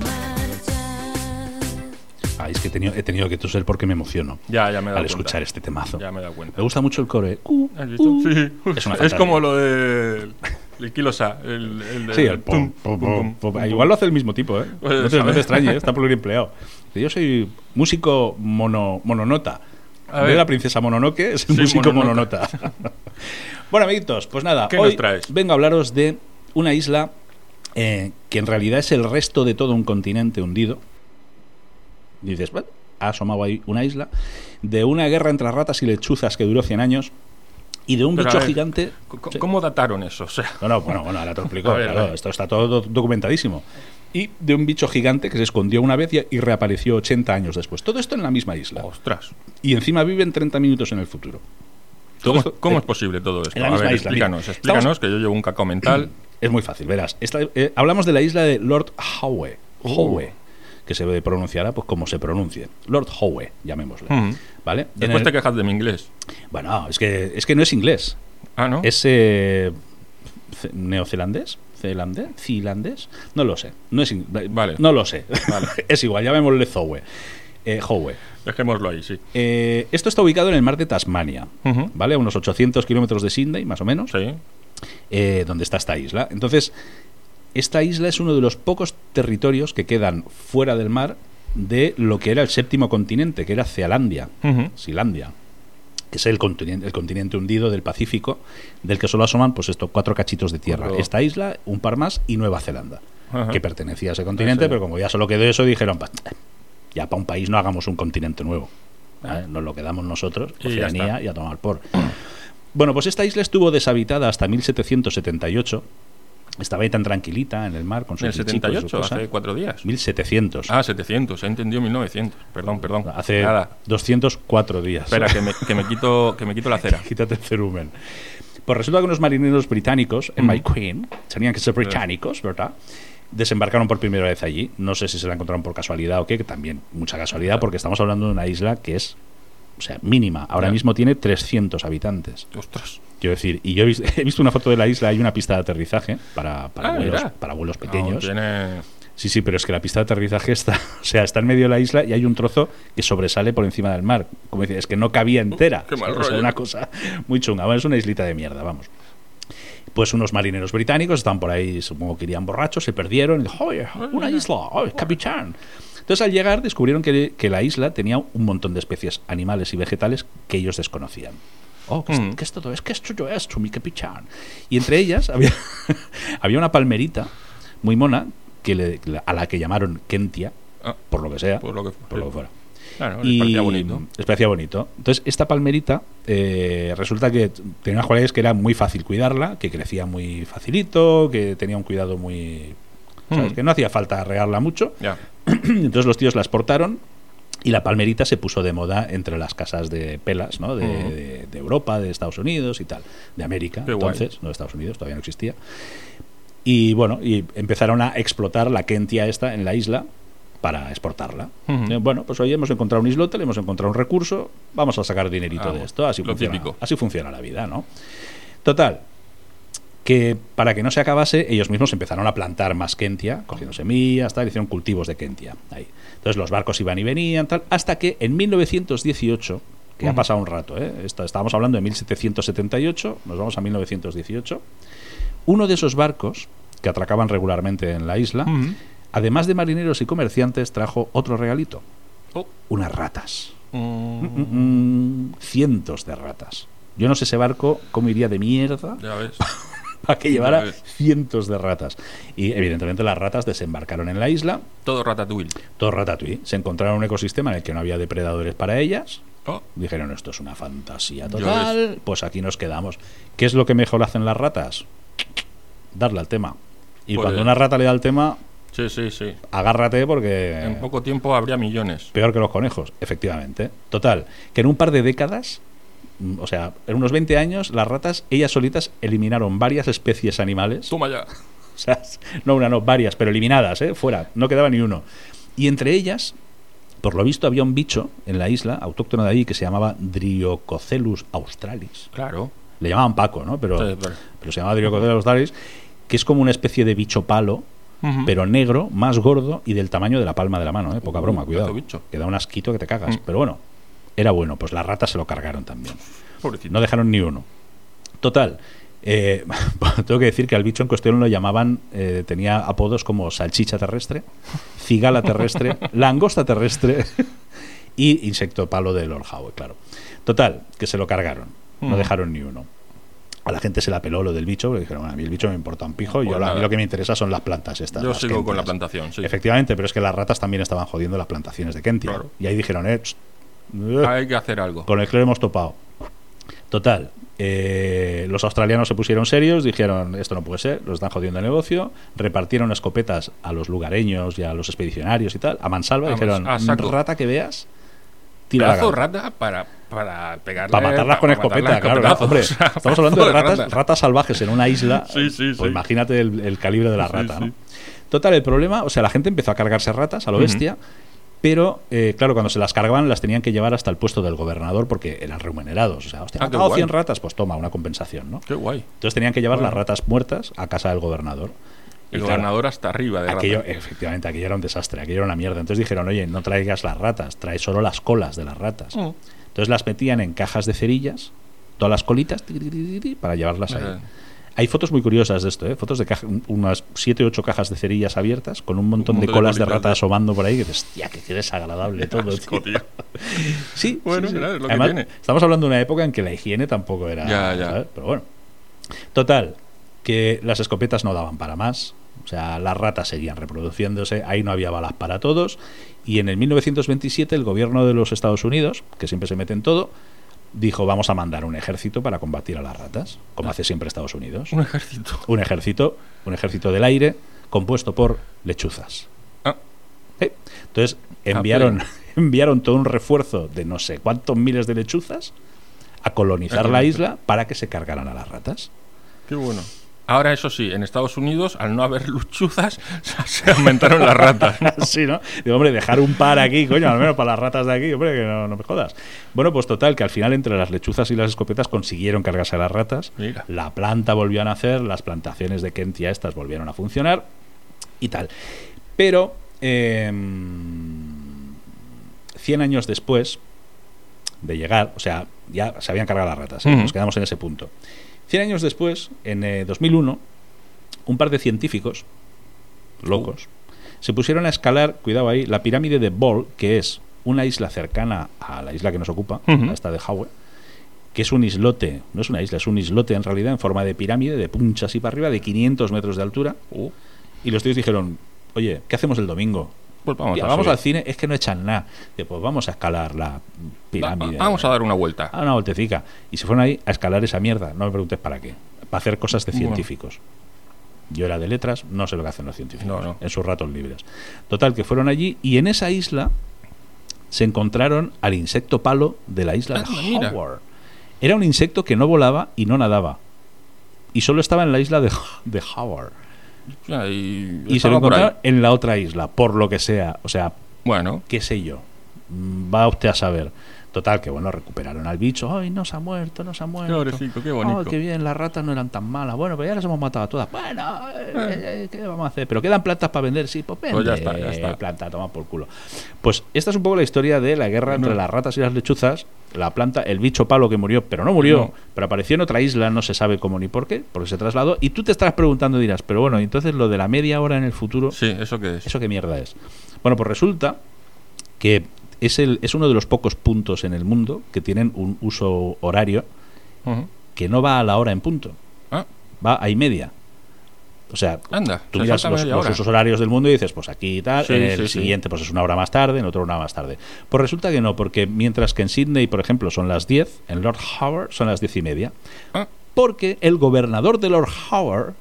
Speaker 4: marchar.
Speaker 1: Ah, es que he tenido, he tenido que toser porque me emociono
Speaker 2: Ya, ya me he dado
Speaker 1: al
Speaker 2: cuenta.
Speaker 1: escuchar este temazo.
Speaker 2: Ya me he dado cuenta.
Speaker 1: Me gusta mucho el core. Cu,
Speaker 2: ¿Has visto?
Speaker 1: cu.
Speaker 2: Sí.
Speaker 1: Es una
Speaker 2: Es
Speaker 1: fantasía.
Speaker 2: como lo de. El Kilosa. El, el de-
Speaker 1: Sí, el pum,
Speaker 2: tum,
Speaker 1: pum,
Speaker 2: tum,
Speaker 1: pum,
Speaker 2: tum,
Speaker 1: pum.
Speaker 2: tum,
Speaker 1: Ah,
Speaker 2: tum.
Speaker 1: Igual lo hace el mismo tipo, ¿eh?
Speaker 2: Pues,
Speaker 1: no, te, no
Speaker 2: ¿sabes?
Speaker 1: te extrañe, está pluriempleado. Yo soy músico mono, mononota.
Speaker 2: A
Speaker 1: De
Speaker 2: ver.
Speaker 1: la princesa Mononoke es
Speaker 2: Sí,
Speaker 1: músico mononota.
Speaker 2: mononota.
Speaker 1: bueno, amiguitos, pues nada,
Speaker 2: ¿Qué
Speaker 1: hoy
Speaker 2: nos traes?
Speaker 1: vengo a hablaros de una isla eh, que en realidad es el resto de todo un continente hundido. Dices, bueno, ha asomado ahí una isla. De una guerra entre ratas y lechuzas que duró 100 años. Y de un
Speaker 2: Pero a
Speaker 1: bicho
Speaker 2: ver,
Speaker 1: gigante.
Speaker 2: Co- co-
Speaker 1: Sí.
Speaker 2: ¿Cómo dataron eso? O sea,
Speaker 1: No, no, bueno, bueno, ahora te lo explico.
Speaker 2: A ver,
Speaker 1: claro,
Speaker 2: a ver.
Speaker 1: Esto está todo do- documentadísimo. Y de un bicho gigante que se escondió una vez y, y reapareció 80 años después. Todo esto en la misma isla.
Speaker 2: ostras.
Speaker 1: Y encima viven 30 minutos en el futuro. Todo
Speaker 2: ¿Cómo,
Speaker 1: esto-
Speaker 2: cómo
Speaker 1: eh,
Speaker 2: es posible todo esto?
Speaker 1: en la
Speaker 2: A
Speaker 1: misma
Speaker 2: ver,
Speaker 1: isla,
Speaker 2: explícanos,
Speaker 1: mira.
Speaker 2: explícanos,
Speaker 1: Estamos-
Speaker 2: que yo llevo un cacao mental.
Speaker 1: Es muy fácil, verás. Esta- eh, hablamos de la isla de Lord Howe.
Speaker 2: Oh.
Speaker 1: Howe. Que se pronunciará pues como se pronuncie. Lord Howe, llamémosle.
Speaker 2: Ujú.
Speaker 1: ¿Vale? En
Speaker 2: Mm. Después
Speaker 1: el-
Speaker 2: te quejas de mi inglés.
Speaker 1: Bueno, es que, es que no es inglés.
Speaker 2: Ah, ¿no?
Speaker 1: ¿Es eh, ce- neozelandés? ¿Zelandés? ¿Zilandés? No lo sé. No, es in-
Speaker 2: Vale.
Speaker 1: no lo sé.
Speaker 2: Vale.
Speaker 1: es igual, llamémosle Zowe. Eh, Howe.
Speaker 2: Dejémoslo ahí, sí.
Speaker 1: Eh, esto está ubicado en el mar de Tasmania,
Speaker 2: Ujú.
Speaker 1: ¿vale? A unos 800 kilómetros de Sydney, más o menos,
Speaker 2: Sí.
Speaker 1: eh, donde está esta isla. Entonces, esta isla es uno de los pocos territorios que quedan fuera del mar de lo que era el séptimo continente, que era Zealandia.
Speaker 2: Ujú.
Speaker 1: Silandia, que es el continente, el continente hundido del Pacífico, del que solo asoman pues estos cuatro cachitos de tierra.
Speaker 2: Cuatro.
Speaker 1: Esta isla, un par más y Nueva Zelanda,
Speaker 2: Ajá.
Speaker 1: que pertenecía a ese continente,
Speaker 2: Ese.
Speaker 1: pero como ya solo quedó eso, dijeron, "Pa- ya para un país no hagamos un continente nuevo. ¿vale? Nos lo quedamos nosotros,
Speaker 2: Ah. Y ya
Speaker 1: Oceanía,
Speaker 2: está.
Speaker 1: y a tomar por. Bueno, pues esta isla estuvo deshabitada hasta 1778. Estaba ahí tan tranquilita en el mar con su
Speaker 2: En el
Speaker 1: chichico y su
Speaker 2: 78,
Speaker 1: cosa.
Speaker 2: hace cuatro días.
Speaker 1: 1700.
Speaker 2: Ah, 700, he entendido 1900. Perdón, perdón.
Speaker 1: hace
Speaker 2: Nada,
Speaker 1: 204 días.
Speaker 2: espera, que me, que me quito, que me quito la cera.
Speaker 1: Quítate el cerumen. Pues resulta que unos marineros británicos en
Speaker 2: Mm.
Speaker 1: My Queen, tenían que ser británicos, ¿verdad? Desembarcaron por primera vez allí. No sé si se la encontraron por casualidad o qué, que también mucha casualidad, porque estamos hablando de una isla que es, o sea, mínima. Ahora
Speaker 2: Ya.
Speaker 1: mismo tiene 300 habitantes.
Speaker 2: Ostras.
Speaker 1: Quiero decir, y yo he vis- he visto, una foto de la isla, hay una pista de aterrizaje para, para,
Speaker 2: Ah,
Speaker 1: vuelos,
Speaker 2: mira.
Speaker 1: para vuelos
Speaker 2: No,
Speaker 1: pequeños.
Speaker 2: tiene-
Speaker 1: Sí, sí, pero es que la pista de aterrizaje está, o sea, está en medio de la isla y hay un trozo que sobresale por encima del mar. Como dices, es que no cabía entera.
Speaker 2: Uh, qué mal
Speaker 1: O sea,
Speaker 2: rollo.
Speaker 1: una cosa muy chunga. Bueno, es una islita de mierda, vamos. Pues unos marineros británicos estaban por ahí, supongo que irían borrachos, se perdieron. Y, ¡Oye, una isla! ¡Oye, capitán! Entonces al llegar descubrieron que, que la isla tenía un montón de especies animales y vegetales que ellos desconocían. Oh, ¿qué, es-
Speaker 2: Mm.
Speaker 1: qué es todo? Es que es tuyo esto, mi capitán. Y entre ellas había, había una palmerita muy mona que le- a la que llamaron Kentia,
Speaker 2: ah,
Speaker 1: por lo que sea,
Speaker 2: por lo que,
Speaker 1: por lo que fuera.
Speaker 2: Claro, le parecía bonito.
Speaker 1: Les parecía bonito. Entonces, esta palmerita eh, resulta que t- tenía unas cualidades que era muy fácil cuidarla, que crecía muy facilito, que tenía un cuidado muy. ¿sabes?
Speaker 2: Mm.
Speaker 1: Que no hacía falta regarla mucho.
Speaker 2: Ya.
Speaker 1: Entonces, los tíos la exportaron y la palmerita se puso de moda entre las casas de pelas, ¿no? De,
Speaker 2: Ujú.
Speaker 1: de- de Europa, de Estados Unidos y tal. De América,
Speaker 2: Qué guay.
Speaker 1: entonces, no de Estados Unidos, todavía no existía. Y bueno, y empezaron a explotar la Kentia esta en la isla para exportarla.
Speaker 2: Ujú.
Speaker 1: Eh, Bueno, pues hoy hemos encontrado un islote, le hemos encontrado un recurso, vamos a sacar dinerito
Speaker 2: Vamos,
Speaker 1: de esto. Así
Speaker 2: Ah, lo
Speaker 1: funciona,
Speaker 2: típico.
Speaker 1: así funciona la vida, ¿no? Total, que para que no se acabase, ellos mismos empezaron a plantar más kentia, cogiendo semillas, tal, hicieron cultivos de kentia. Ahí. Entonces los barcos iban y venían, tal, hasta que en 1918, que ha
Speaker 2: Ujú.
Speaker 1: pasado un rato, ¿eh? Esto- estábamos hablando de 1778, nos vamos a 1918, uno de esos barcos que atracaban regularmente en la isla,
Speaker 2: Mm.
Speaker 1: además de marineros y comerciantes, trajo otro regalito,
Speaker 2: Oh.
Speaker 1: unas ratas.
Speaker 2: Mm.
Speaker 1: Mm, mm, mm, cientos de ratas. Yo no sé ese barco cómo iría de mierda
Speaker 2: Ya ves.
Speaker 1: a que llevara
Speaker 2: Ya ves.
Speaker 1: cientos de ratas. Y evidentemente las ratas desembarcaron en la isla,
Speaker 2: Todo ratatouille.
Speaker 1: todo ratatouille. Se encontraron un ecosistema en el que no había depredadores para ellas.
Speaker 2: Oh,
Speaker 1: Dijeron, esto es una fantasía
Speaker 2: Ya
Speaker 1: total, pues aquí nos quedamos. ¿Qué es lo que mejor hacen las ratas? Darle al tema. Y
Speaker 2: Pues,
Speaker 1: cuando
Speaker 2: eh.
Speaker 1: una rata le da al tema,
Speaker 2: sí, sí, sí.
Speaker 1: agárrate porque
Speaker 2: En poco tiempo habría millones.
Speaker 1: peor que los conejos, efectivamente. Total, que en un par de décadas, mm, o sea, en unos 20 años, las ratas ellas solitas eliminaron varias especies animales
Speaker 2: Toma ya.
Speaker 1: o sea, no una, no, varias, pero eliminadas, ¿eh? fuera, no quedaba ni uno. Y entre ellas, por lo visto, había un bicho en la isla, autóctono de allí, que se llamaba Driococelus australis.
Speaker 2: Claro.
Speaker 1: Le llamaban Paco, ¿no? Pero,
Speaker 2: Sí, pero-
Speaker 1: pero se llamaba Driococelus australis, que es como una especie de bicho palo,
Speaker 2: Ujú.
Speaker 1: pero negro, más gordo y del tamaño de la palma de la mano, ¿eh? Poca
Speaker 2: Uh,
Speaker 1: broma, cuidado.
Speaker 2: pedazo bicho.
Speaker 1: Que da un asquito que te cagas.
Speaker 2: Mm.
Speaker 1: Pero bueno, era bueno, pues las ratas se lo cargaron también.
Speaker 2: Pobrecito.
Speaker 1: No dejaron ni uno. Total. eh, tengo que decir que al bicho en cuestión lo llamaban, eh, tenía apodos como salchicha terrestre, cigala terrestre, langosta terrestre y insecto palo de Lord Howe, claro. Total, que se lo cargaron, no
Speaker 2: Mm.
Speaker 1: dejaron ni uno. A la gente se la peló lo del bicho, porque dijeron, bueno, a mí el bicho me importa un pijo, y yo,
Speaker 2: Pues
Speaker 1: la- a mí
Speaker 2: nada.
Speaker 1: lo que me interesa son las plantas estas.
Speaker 2: Yo
Speaker 1: las
Speaker 2: sigo con la
Speaker 1: kentias".
Speaker 2: plantación, sí.
Speaker 1: Efectivamente, pero es que las ratas también estaban jodiendo las plantaciones de Kentia.
Speaker 2: Claro.
Speaker 1: Y ahí dijeron, eh, tss,
Speaker 2: Hay que hacer algo.
Speaker 1: con el clero hemos topado. Total, eh, los australianos se pusieron serios, dijeron esto no puede ser, los están jodiendo el negocio, repartieron escopetas a los lugareños y a los expedicionarios y tal, a mansalva,
Speaker 2: Vamos,
Speaker 1: dijeron,
Speaker 2: a saco.
Speaker 1: rata que veas, tira la
Speaker 2: Pedazo
Speaker 1: cabeza".
Speaker 2: rata para, para pegarle.
Speaker 1: Para matarlas con
Speaker 2: para
Speaker 1: escopeta,
Speaker 2: Eh, matarlas
Speaker 1: claro.
Speaker 2: escopetazos.
Speaker 1: Hombre,
Speaker 2: O sea,
Speaker 1: estamos hablando de
Speaker 2: pedazo
Speaker 1: ratas,
Speaker 2: rata.
Speaker 1: ratas salvajes en una isla.
Speaker 2: Sí, sí,
Speaker 1: Pues
Speaker 2: sí.
Speaker 1: imagínate el, el calibre de la
Speaker 2: Sí,
Speaker 1: rata, ¿no?
Speaker 2: sí.
Speaker 1: Total, el problema, o sea, la gente empezó a cargarse ratas a lo
Speaker 2: Ujú.
Speaker 1: bestia, pero eh, claro, cuando se las cargaban las tenían que llevar hasta el puesto del gobernador porque eran remunerados. O sea, hostia,
Speaker 2: Ah,
Speaker 1: han
Speaker 2: qué
Speaker 1: matado
Speaker 2: guay.
Speaker 1: 100 ratas, pues toma, una compensación, ¿no?
Speaker 2: Qué guay.
Speaker 1: Entonces tenían que llevar
Speaker 2: Bueno.
Speaker 1: las ratas muertas a casa del gobernador. Y
Speaker 2: El
Speaker 1: claro,
Speaker 2: gobernador hasta arriba de
Speaker 1: Aquello,
Speaker 2: rata.
Speaker 1: efectivamente, aquello era un desastre, aquello era una mierda. Entonces dijeron, oye, no traigas las ratas, trae solo las colas de las ratas.
Speaker 2: Mm.
Speaker 1: Entonces las metían en cajas de cerillas, todas las colitas, ti, ti, ti, ti, ti, para llevarlas ahí.
Speaker 2: Ajá.
Speaker 1: Hay fotos muy curiosas de esto, ¿eh? fotos de caja- unas 7 o 8 cajas de cerillas abiertas con un montón,
Speaker 2: Un
Speaker 1: de
Speaker 2: montón de
Speaker 1: colas de
Speaker 2: colitas,
Speaker 1: rata
Speaker 2: ¿no?
Speaker 1: asomando por ahí. Que dices, hostia, que qué desagradable todo.
Speaker 2: Asco,
Speaker 1: tío".
Speaker 2: tío.
Speaker 1: Sí,
Speaker 2: Bueno,
Speaker 1: sí, sí.
Speaker 2: claro, es lo que
Speaker 1: Además,
Speaker 2: tiene.
Speaker 1: Estamos hablando de una época en que la higiene tampoco era.
Speaker 2: Ya, ya.
Speaker 1: ¿sabes? Pero bueno. Total, que las escopetas no daban para más. O sea, las ratas seguían reproduciéndose, ahí no había balas para todos. Y en el 1927 el gobierno de los Estados Unidos, que siempre se mete en todo, dijo, vamos a mandar un ejército para combatir a las ratas,
Speaker 2: Ah.
Speaker 1: como hace siempre Estados Unidos.
Speaker 2: Un ejército.
Speaker 1: Un ejército, un ejército del aire compuesto por lechuzas.
Speaker 2: Ah,
Speaker 1: Sí. Entonces enviaron, enviaron todo un refuerzo de no sé cuántos miles de lechuzas a colonizar
Speaker 2: Aquí
Speaker 1: la
Speaker 2: no.
Speaker 1: isla para que se cargaran a las ratas.
Speaker 2: qué bueno. Ahora, eso sí, en Estados Unidos, al no haber luchuzas, se aumentaron las ratas.
Speaker 1: sí, ¿no? Digo, hombre, dejar un par aquí, coño, al menos para las ratas de aquí, hombre, que no, no me jodas. Bueno, pues total, que al final entre las lechuzas y las escopetas consiguieron cargarse a las ratas.
Speaker 2: Mira.
Speaker 1: La planta volvió a nacer, las plantaciones de Kentia estas volvieron a funcionar y tal. Pero, eh, 100 años después de llegar, o sea, ya se habían cargado las ratas, ¿eh?
Speaker 2: Ujú.
Speaker 1: nos quedamos en ese punto. 100 años después, en eh, 2001, un par de científicos, locos, se pusieron a escalar, cuidado ahí, la pirámide de Ball, que es una isla cercana a la isla que nos ocupa,
Speaker 2: Ujú.
Speaker 1: a esta de Howe, que es un islote, no es una isla, es un islote en realidad en forma de pirámide, de punchas y para arriba, de 500 metros de altura.
Speaker 2: Uh,
Speaker 1: Y los tíos dijeron, oye, ¿qué hacemos el domingo?
Speaker 2: pues vamos,
Speaker 1: Tía,
Speaker 2: a
Speaker 1: vamos
Speaker 2: subir.
Speaker 1: al cine, es que no echan nada. Dice, Pues vamos a escalar la
Speaker 2: Va- va-
Speaker 1: pirámide.
Speaker 2: Vamos a dar una vuelta.
Speaker 1: a una voltecica. Y se fueron ahí a escalar esa mierda. No me preguntes para qué. Para hacer cosas de
Speaker 2: Bueno.
Speaker 1: científicos. Yo era de letras, no sé lo que hacen los científicos
Speaker 2: No, no.
Speaker 1: en sus ratos libres. Total, que fueron allí y en esa isla se encontraron al insecto palo de la isla
Speaker 2: Anda,
Speaker 1: de
Speaker 2: mira.
Speaker 1: Howard. Era un insecto que no volaba y no nadaba. Y solo estaba en la isla de, de Howard.
Speaker 2: Ya, y
Speaker 1: Y se
Speaker 2: estaba
Speaker 1: lo
Speaker 2: por ahí.
Speaker 1: encontraron en la otra isla, por lo que sea. O sea,
Speaker 2: Bueno,
Speaker 1: qué sé yo. Mm, Va usted a saber. Total, que bueno, recuperaron al bicho. Ay, no se ha muerto, no se ha muerto.
Speaker 2: pobrecito, qué
Speaker 1: Ay,
Speaker 2: bonito.
Speaker 1: qué bien, las ratas no eran tan malas. Bueno, pero ya las hemos matado a todas. Bueno, eh, eh, ¿qué vamos a hacer? Pero quedan plantas para vender, sí, pues vende.
Speaker 2: Pues ya está, ya está.
Speaker 1: Planta, toma por culo. Pues esta es un poco la historia de la guerra entre
Speaker 2: No.
Speaker 1: las ratas y las lechuzas. La planta, el bicho palo que murió, pero no murió,
Speaker 2: No.
Speaker 1: pero apareció en otra isla, no se sabe cómo ni por qué, porque se trasladó. Y tú te estarás preguntando, dirás, pero bueno, ¿y entonces lo de la media hora en el futuro,
Speaker 2: Sí, eso que es.
Speaker 1: ¿Eso qué mierda es? Bueno, pues resulta que es, el, es uno de los pocos puntos en el mundo que tienen un uso horario
Speaker 2: Ujú.
Speaker 1: que no va a la hora en punto,
Speaker 2: Ah,
Speaker 1: va a y media. O sea,
Speaker 2: anda.
Speaker 1: tú
Speaker 2: se
Speaker 1: miras
Speaker 2: salta
Speaker 1: los,
Speaker 2: media
Speaker 1: los
Speaker 2: hora.
Speaker 1: usos horarios del mundo y dices, pues aquí y tal,
Speaker 2: Sí,
Speaker 1: en el
Speaker 2: sí, sí.
Speaker 1: siguiente pues es una hora más tarde, en otro una hora más tarde. Pues resulta que no, porque mientras que en Sydney, por ejemplo, son las 10, en Lord Howard son las 10 y media,
Speaker 2: Ah,
Speaker 1: porque el gobernador de Lord Howard,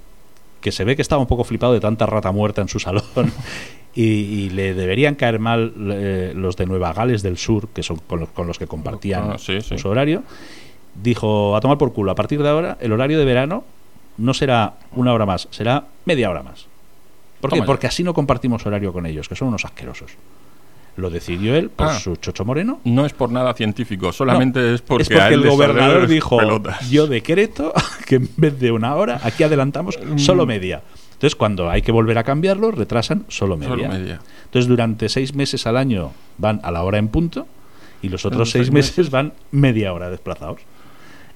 Speaker 1: que se ve que estaba un poco flipado de tanta rata muerta en su salón, y, y le deberían caer mal eh, los de Nueva Gales del Sur, que son con los, con los que compartían
Speaker 2: Ah, sí, sí.
Speaker 1: su horario, dijo, a tomar por culo, a partir de ahora el horario de verano no será una hora más, será media hora más. ¿Por qué?
Speaker 2: Toma ya.
Speaker 1: Porque así no compartimos horario con ellos, que son unos asquerosos. Lo decidió él por
Speaker 2: Ah.
Speaker 1: su chocho moreno
Speaker 2: No es por nada científico, solamente
Speaker 1: no,
Speaker 2: es porque,
Speaker 1: es porque
Speaker 2: a él
Speaker 1: el
Speaker 2: le salió
Speaker 1: gobernador
Speaker 2: las
Speaker 1: dijo,
Speaker 2: pelotas.
Speaker 1: yo decreto que en vez de una hora, aquí adelantamos
Speaker 2: Mm.
Speaker 1: solo media. Entonces, cuando hay que volver a cambiarlo, retrasan solo media.
Speaker 2: Solo media.
Speaker 1: Entonces, durante seis meses al año van a la hora en punto y los otros
Speaker 2: seis
Speaker 1: seis meses, van media hora desplazados.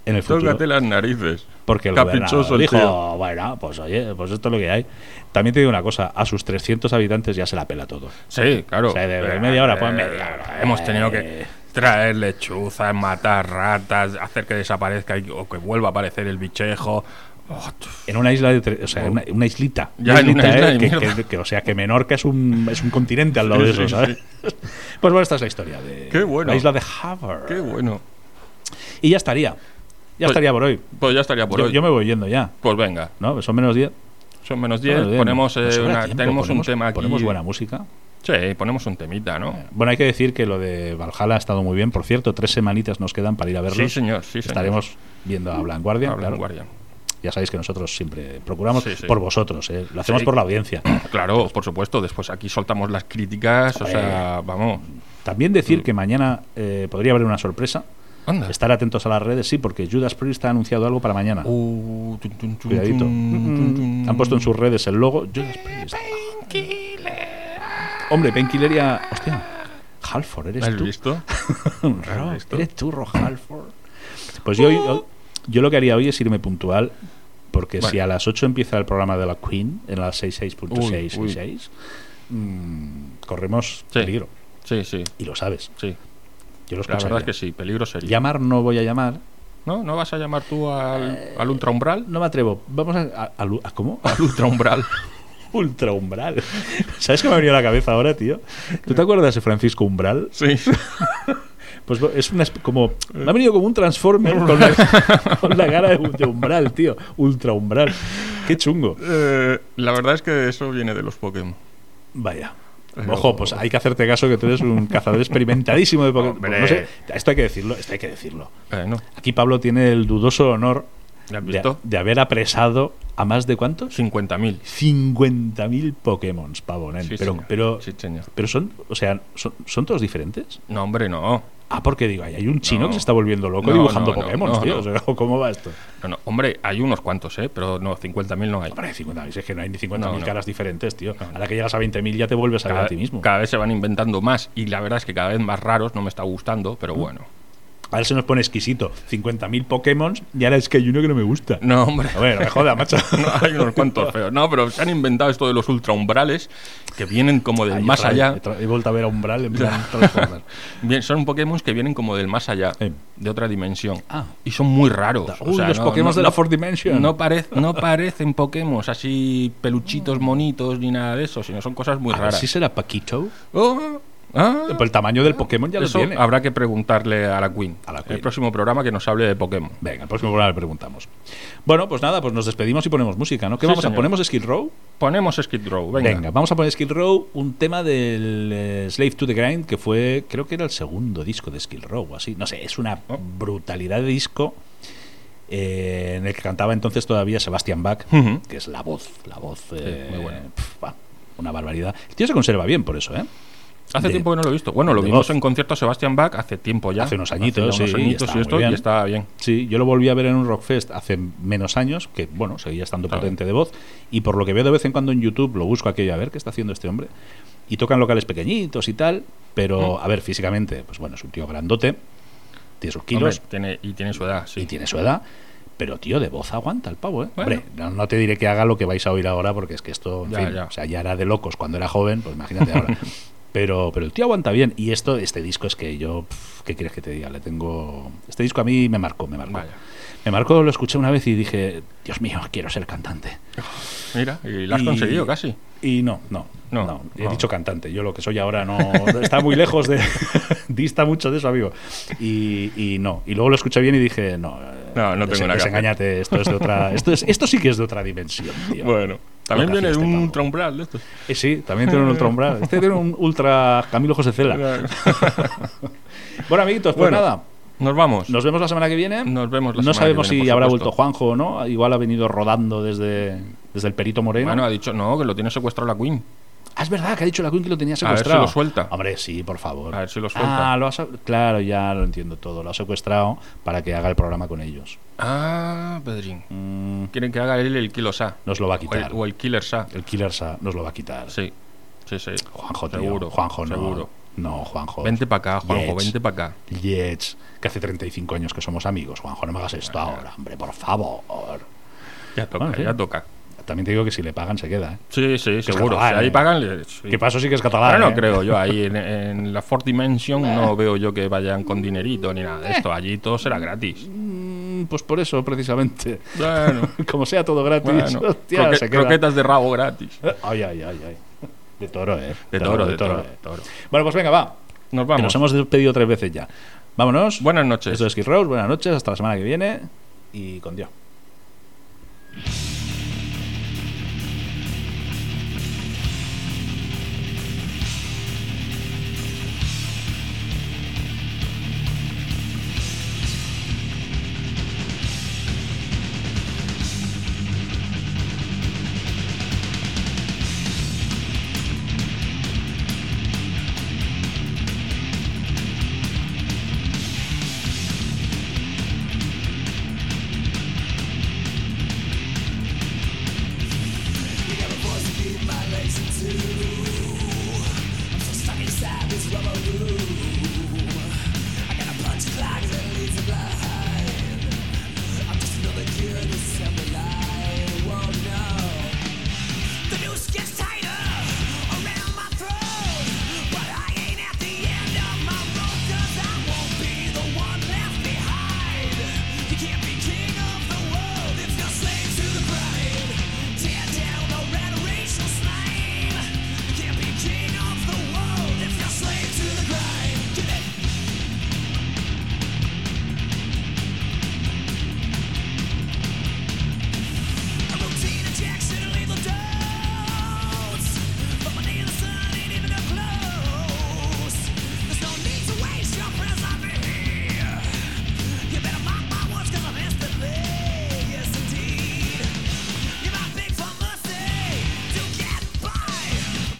Speaker 1: En el futuro.
Speaker 2: Tócate las narices.
Speaker 1: Porque el
Speaker 2: Caprichoso
Speaker 1: gobernador
Speaker 2: el
Speaker 1: dijo,
Speaker 2: tío.
Speaker 1: bueno, pues oye, pues esto es lo que hay. También te digo una cosa, a sus 300 habitantes ya se la pela todo.
Speaker 2: Sí, claro.
Speaker 1: O sea, de- de
Speaker 2: Eh,
Speaker 1: media hora, pues,
Speaker 2: eh,
Speaker 1: media hora.
Speaker 2: Hemos tenido que traer lechuzas, matar ratas, hacer que desaparezca y- o que vuelva a aparecer el bichejo. Oh, tú,
Speaker 1: En una isla de. tre- O sea, una, una islita.
Speaker 2: Oh. Ya,
Speaker 1: Una
Speaker 2: en una
Speaker 1: islita,
Speaker 2: isla
Speaker 1: ¿eh?
Speaker 2: de
Speaker 1: que,
Speaker 2: mierda.
Speaker 1: que- que- O sea, que Menorca es un, es un continente al lado
Speaker 2: Sí,
Speaker 1: de eso,
Speaker 2: sí,
Speaker 1: ¿sabes? Pues bueno, esta es la historia de.
Speaker 2: Qué bueno.
Speaker 1: La isla de Havre.
Speaker 2: qué bueno.
Speaker 1: Y ya estaría. Ya
Speaker 2: Pues-
Speaker 1: estaría por hoy.
Speaker 2: Pues ya estaría por
Speaker 1: yo,
Speaker 2: hoy.
Speaker 1: yo me voy yendo ya,
Speaker 2: Pues venga,
Speaker 1: ¿no? Son menos 10.
Speaker 2: son menos
Speaker 1: Son
Speaker 2: 10.
Speaker 1: menos 10.
Speaker 2: Ponemos, eh,
Speaker 1: Nos sobra
Speaker 2: una-
Speaker 1: tiempo,
Speaker 2: tenemos
Speaker 1: ponemos-
Speaker 2: un tema aquí.
Speaker 1: Ponemos buena música.
Speaker 2: Sí, ponemos un temita, ¿no?
Speaker 1: Bueno, hay que decir que lo de Valhalla ha estado muy bien. Por cierto, tres semanitas nos quedan para ir a verlos.
Speaker 2: Sí, señor, sí, señor.
Speaker 1: Estaremos viendo a Blanc Guardian.
Speaker 2: Habla
Speaker 1: claro.
Speaker 2: un guardián.
Speaker 1: Ya sabéis que nosotros siempre procuramos
Speaker 2: Sí, sí.
Speaker 1: por vosotros. ¿eh? Lo hacemos
Speaker 2: Sí.
Speaker 1: por la audiencia.
Speaker 2: Claro, por supuesto. Después aquí soltamos las críticas. O
Speaker 1: Hombre.
Speaker 2: sea, vamos.
Speaker 1: También
Speaker 2: Mm.
Speaker 1: decir que mañana eh, podría haber una sorpresa.
Speaker 2: Anda.
Speaker 1: Estar atentos a las redes, sí, porque Judas Priest ha anunciado algo para mañana.
Speaker 2: Uh, tun, tun, tun,
Speaker 1: Cuidadito. Mm,
Speaker 2: tun, tun,
Speaker 1: Han puesto en sus redes el logo Judas Priest. Hombre, Painkiller ya. Hostia. Halford,
Speaker 2: ¿Has
Speaker 1: ¿eres tú?
Speaker 2: visto?
Speaker 1: Ro,
Speaker 2: ¿Has visto? Uh.
Speaker 1: ¿Eres tú, Ro Halford? Pues yo, yo, yo lo que haría hoy es irme puntual. Porque
Speaker 2: Vale.
Speaker 1: si a las 8 empieza el programa de la Queen, en las
Speaker 2: Uy, uy.
Speaker 1: 66.666, mm, corremos
Speaker 2: Sí.
Speaker 1: peligro.
Speaker 2: Sí, sí,
Speaker 1: Y lo sabes.
Speaker 2: sí.
Speaker 1: Yo lo
Speaker 2: La
Speaker 1: escucharía.
Speaker 2: verdad es que sí, peligro sería.
Speaker 1: Llamar no voy a llamar.
Speaker 2: ¿No? ¿No vas a llamar tú al, al ultraumbral?
Speaker 1: No me atrevo. Vamos a. a- al- a- ¿Cómo?
Speaker 2: Al ultraumbral.
Speaker 1: Ultra Umbral. ¿Sabes qué me ha venido a la cabeza ahora, tío? ¿Tú te acuerdas de Francisco Umbral?
Speaker 2: sí.
Speaker 1: Pues es una esp- como. Me ha venido como un Transformer con la, con la cara de, de umbral, tío. Ultra umbral. Qué chungo.
Speaker 2: Eh, la verdad es que eso viene de los Pokémon.
Speaker 1: Vaya.
Speaker 2: Pero-
Speaker 1: Ojo, pues hay que hacerte caso que tú eres un cazador experimentadísimo de Pokémon.
Speaker 7: Hombre.
Speaker 1: No sé, esto hay que decirlo, esto hay que decirlo.
Speaker 2: Eh, no.
Speaker 1: Aquí Pablo tiene el dudoso honor
Speaker 7: ¿Ya has
Speaker 1: de,
Speaker 7: visto?
Speaker 1: de haber apresado a más de cuántos?
Speaker 7: 50.000.
Speaker 1: 50.000 Pokémon, pavo, nen.
Speaker 2: Sí,
Speaker 1: pero,
Speaker 2: señor.
Speaker 1: pero,
Speaker 2: Sí, señor.
Speaker 1: pero son, o sea, son, son todos diferentes.
Speaker 2: No, hombre, no.
Speaker 1: Ah, porque digo, ay, hay un chino
Speaker 2: No.
Speaker 1: que se está volviendo loco
Speaker 2: No,
Speaker 1: dibujando
Speaker 2: no, no,
Speaker 1: Pokémon,
Speaker 2: no,
Speaker 1: tío.
Speaker 2: no.
Speaker 1: O sea, ¿cómo va esto?
Speaker 2: No, no. Hombre, hay unos cuantos, ¿eh? Pero no, 50.000 no hay.
Speaker 1: Hombre, 50.000, es que no hay ni 50.000
Speaker 2: No, no.
Speaker 1: caras diferentes, tío. A la que llegas a 20.000 ya te vuelves a ver a ti mismo.
Speaker 2: cada vez se van inventando más y la verdad es que cada vez más raros, no me está gustando, pero bueno.
Speaker 1: Ahora se nos pone exquisito. 50.000 Pokémon y ahora es que hay uno que no me gusta.
Speaker 2: No, hombre.
Speaker 1: A ver, no me joda, macho.
Speaker 2: No, hay unos cuantos feos. No, pero se han inventado esto de los ultraumbrales que vienen como del
Speaker 1: Ay,
Speaker 2: más
Speaker 1: otra vez,
Speaker 2: allá.
Speaker 1: otra- He vuelto a ver a Umbral en plan Transformers.
Speaker 2: Bien, son Pokémon que vienen como del más allá,
Speaker 1: Eh.
Speaker 2: de otra dimensión.
Speaker 1: Ah.
Speaker 2: Y son muy raros.
Speaker 1: Uy, los Pokémon de la Fourth Dimension.
Speaker 2: No, parec- no parecen Pokémon así peluchitos monitos ni nada de eso, sino son cosas muy
Speaker 1: A ver
Speaker 2: raras.
Speaker 1: si será Paquito.
Speaker 2: Oh, ah,
Speaker 1: Por el tamaño del Pokémon ya
Speaker 2: eso
Speaker 1: lo tiene.
Speaker 2: habrá que preguntarle a la Queen.
Speaker 1: A la
Speaker 2: El
Speaker 1: Queen.
Speaker 2: próximo programa que nos hable de Pokémon.
Speaker 1: Venga, el próximo programa le preguntamos. Bueno, pues nada, pues nos despedimos y ponemos música, ¿no? ¿Qué
Speaker 2: Sí,
Speaker 1: vamos a
Speaker 2: señor.
Speaker 1: ¿Ponemos Skid Row?
Speaker 2: Ponemos Skid Row, venga.
Speaker 1: Venga. vamos a poner Skid Row, un tema del eh, Slave to the Grind, que fue, creo que era el segundo disco de Skid Row, o así. No sé, es una
Speaker 2: Oh.
Speaker 1: brutalidad de disco eh, en el que cantaba entonces todavía Sebastian Bach,
Speaker 2: Ujú.
Speaker 1: que es la voz, la voz.
Speaker 2: muy
Speaker 1: eh,
Speaker 2: bueno.
Speaker 1: pf, va, una barbaridad. El tío se conserva bien por eso, ¿eh?
Speaker 2: Hace
Speaker 1: de-
Speaker 2: tiempo que no lo he visto. Bueno, lo
Speaker 1: de
Speaker 2: vimos
Speaker 1: voz.
Speaker 2: en concierto a Sebastian Bach hace tiempo ya.
Speaker 1: Hace unos añitos,
Speaker 2: ya unos
Speaker 1: sí, y
Speaker 2: añitos
Speaker 1: estaba
Speaker 2: y
Speaker 1: muy
Speaker 2: esto,
Speaker 1: bien.
Speaker 2: y estaba bien.
Speaker 1: Sí, yo lo volví a ver en un Rockfest hace menos años, que bueno, seguía estando
Speaker 2: Claro.
Speaker 1: potente de voz, y por lo que veo de vez en cuando en YouTube, lo busco aquello a ver qué está haciendo este hombre, y tocan locales pequeñitos y tal,
Speaker 2: Mm.
Speaker 1: pero a ver, físicamente, pues bueno, es un tío grandote, tiene sus
Speaker 2: Hombre,
Speaker 1: kilos
Speaker 2: tiene, y tiene su edad, sí.
Speaker 1: y tiene su edad, pero tío, de voz aguanta el pavo, ¿eh?
Speaker 2: Bueno.
Speaker 1: Hombre, no, no te diré que haga lo que vais a oír ahora, porque es que esto, en
Speaker 2: Ya,
Speaker 1: fin,
Speaker 2: ya.
Speaker 1: o sea, ya era de locos cuando era joven, pues imagínate ahora. Pero, pero el tío aguanta bien. Y esto, este disco es que yo, pf, ¿qué quieres que te diga? Le tengo. Este disco a mí me marcó, me marcó.
Speaker 2: Vaya.
Speaker 1: Me marcó, lo escuché una vez y dije, Dios mío, quiero ser cantante.
Speaker 2: Mira, y lo has
Speaker 1: Y-
Speaker 2: conseguido casi.
Speaker 1: Y no, no, no,
Speaker 2: No,
Speaker 1: He
Speaker 2: no.
Speaker 1: dicho cantante. Yo lo que soy ahora no está muy lejos de. dista mucho de eso, amigo. Y, y no. Y luego lo escuché bien y dije, no. eh,
Speaker 2: No,
Speaker 1: desen-
Speaker 2: no tengo nada que hacer.
Speaker 1: desengáñate, esto es de otra. Esto, es, esto sí que es de otra dimensión, tío.
Speaker 2: Bueno, también
Speaker 1: Lo que
Speaker 2: viene
Speaker 1: hacía este
Speaker 2: un
Speaker 1: pavo.
Speaker 2: ultraumbral de estos.
Speaker 1: Eh, sí, también tiene un ultra umbral. Este tiene un ultra Camilo José Cela. Bueno, amiguitos, pues
Speaker 2: Bueno.
Speaker 1: nada.
Speaker 2: Nos vamos.
Speaker 1: Nos vemos la semana que viene.
Speaker 2: Nos vemos la
Speaker 1: No
Speaker 2: semana
Speaker 1: sabemos
Speaker 2: que viene,
Speaker 1: si
Speaker 2: por
Speaker 1: habrá
Speaker 2: supuesto.
Speaker 1: vuelto Juanjo o no. Igual ha venido rodando desde, desde el Perito Moreno.
Speaker 2: Bueno, ha dicho no, que lo tiene secuestrado la Queen.
Speaker 1: Ah, es verdad que ha dicho la Queen que lo tenía
Speaker 2: ver si
Speaker 1: secuestrado.
Speaker 2: lo suelta.
Speaker 1: Hombre, sí, por favor.
Speaker 2: A ver si lo suelta.
Speaker 1: Ah, lo ha sa- claro, ya lo entiendo todo. Lo ha secuestrado para que haga el programa con ellos.
Speaker 2: Ah, Pedrín.
Speaker 1: Mm,
Speaker 2: Quieren que haga él el Kilo Sa.
Speaker 1: nos lo va a
Speaker 2: O el,
Speaker 1: quitar.
Speaker 2: o el Killer Sa.
Speaker 1: El Killer Sa nos lo va a quitar.
Speaker 2: Sí, sí, sí.
Speaker 1: Juanjo, tío.
Speaker 2: Seguro.
Speaker 1: Juanjo, no.
Speaker 2: Seguro.
Speaker 1: No, Juanjo.
Speaker 2: Vente para acá, Juanjo,
Speaker 1: Yes.
Speaker 2: vente para acá.
Speaker 1: Yets, que hace 35 años que somos amigos. Juanjo, no me hagas esto ahora, hombre, por favor.
Speaker 2: Ya toca,
Speaker 1: Bueno, sí.
Speaker 2: ya toca.
Speaker 1: También te digo que si le pagan se queda, ¿eh?
Speaker 2: Sí, sí, seguro.
Speaker 1: catalán,
Speaker 2: si ahí
Speaker 1: eh.
Speaker 2: pagan, le- sí.
Speaker 1: Que paso sí que es catalán.
Speaker 2: Ahora no
Speaker 1: ¿eh?
Speaker 2: creo yo, ahí en, en la Fourth Dimension no veo yo que vayan con dinerito ni
Speaker 1: Eh.
Speaker 2: nada de esto. Allí todo será gratis.
Speaker 1: Mm, Pues por eso, precisamente.
Speaker 2: Bueno,
Speaker 1: Como sea todo gratis,
Speaker 2: bueno.
Speaker 1: hostia,
Speaker 2: Croque-
Speaker 1: se queda.
Speaker 2: croquetas de rabo gratis.
Speaker 1: Ay, ay, ay, ay. De toro, eh.
Speaker 2: De toro, de toro.
Speaker 1: eh.
Speaker 2: de toro.
Speaker 1: Bueno, pues venga, va.
Speaker 2: Nos
Speaker 1: Que
Speaker 2: vamos.
Speaker 1: nos hemos despedido tres veces ya. Vámonos.
Speaker 2: Buenas noches.
Speaker 1: Esto es Skid Rose, buenas noches, hasta la semana que viene y con Dios.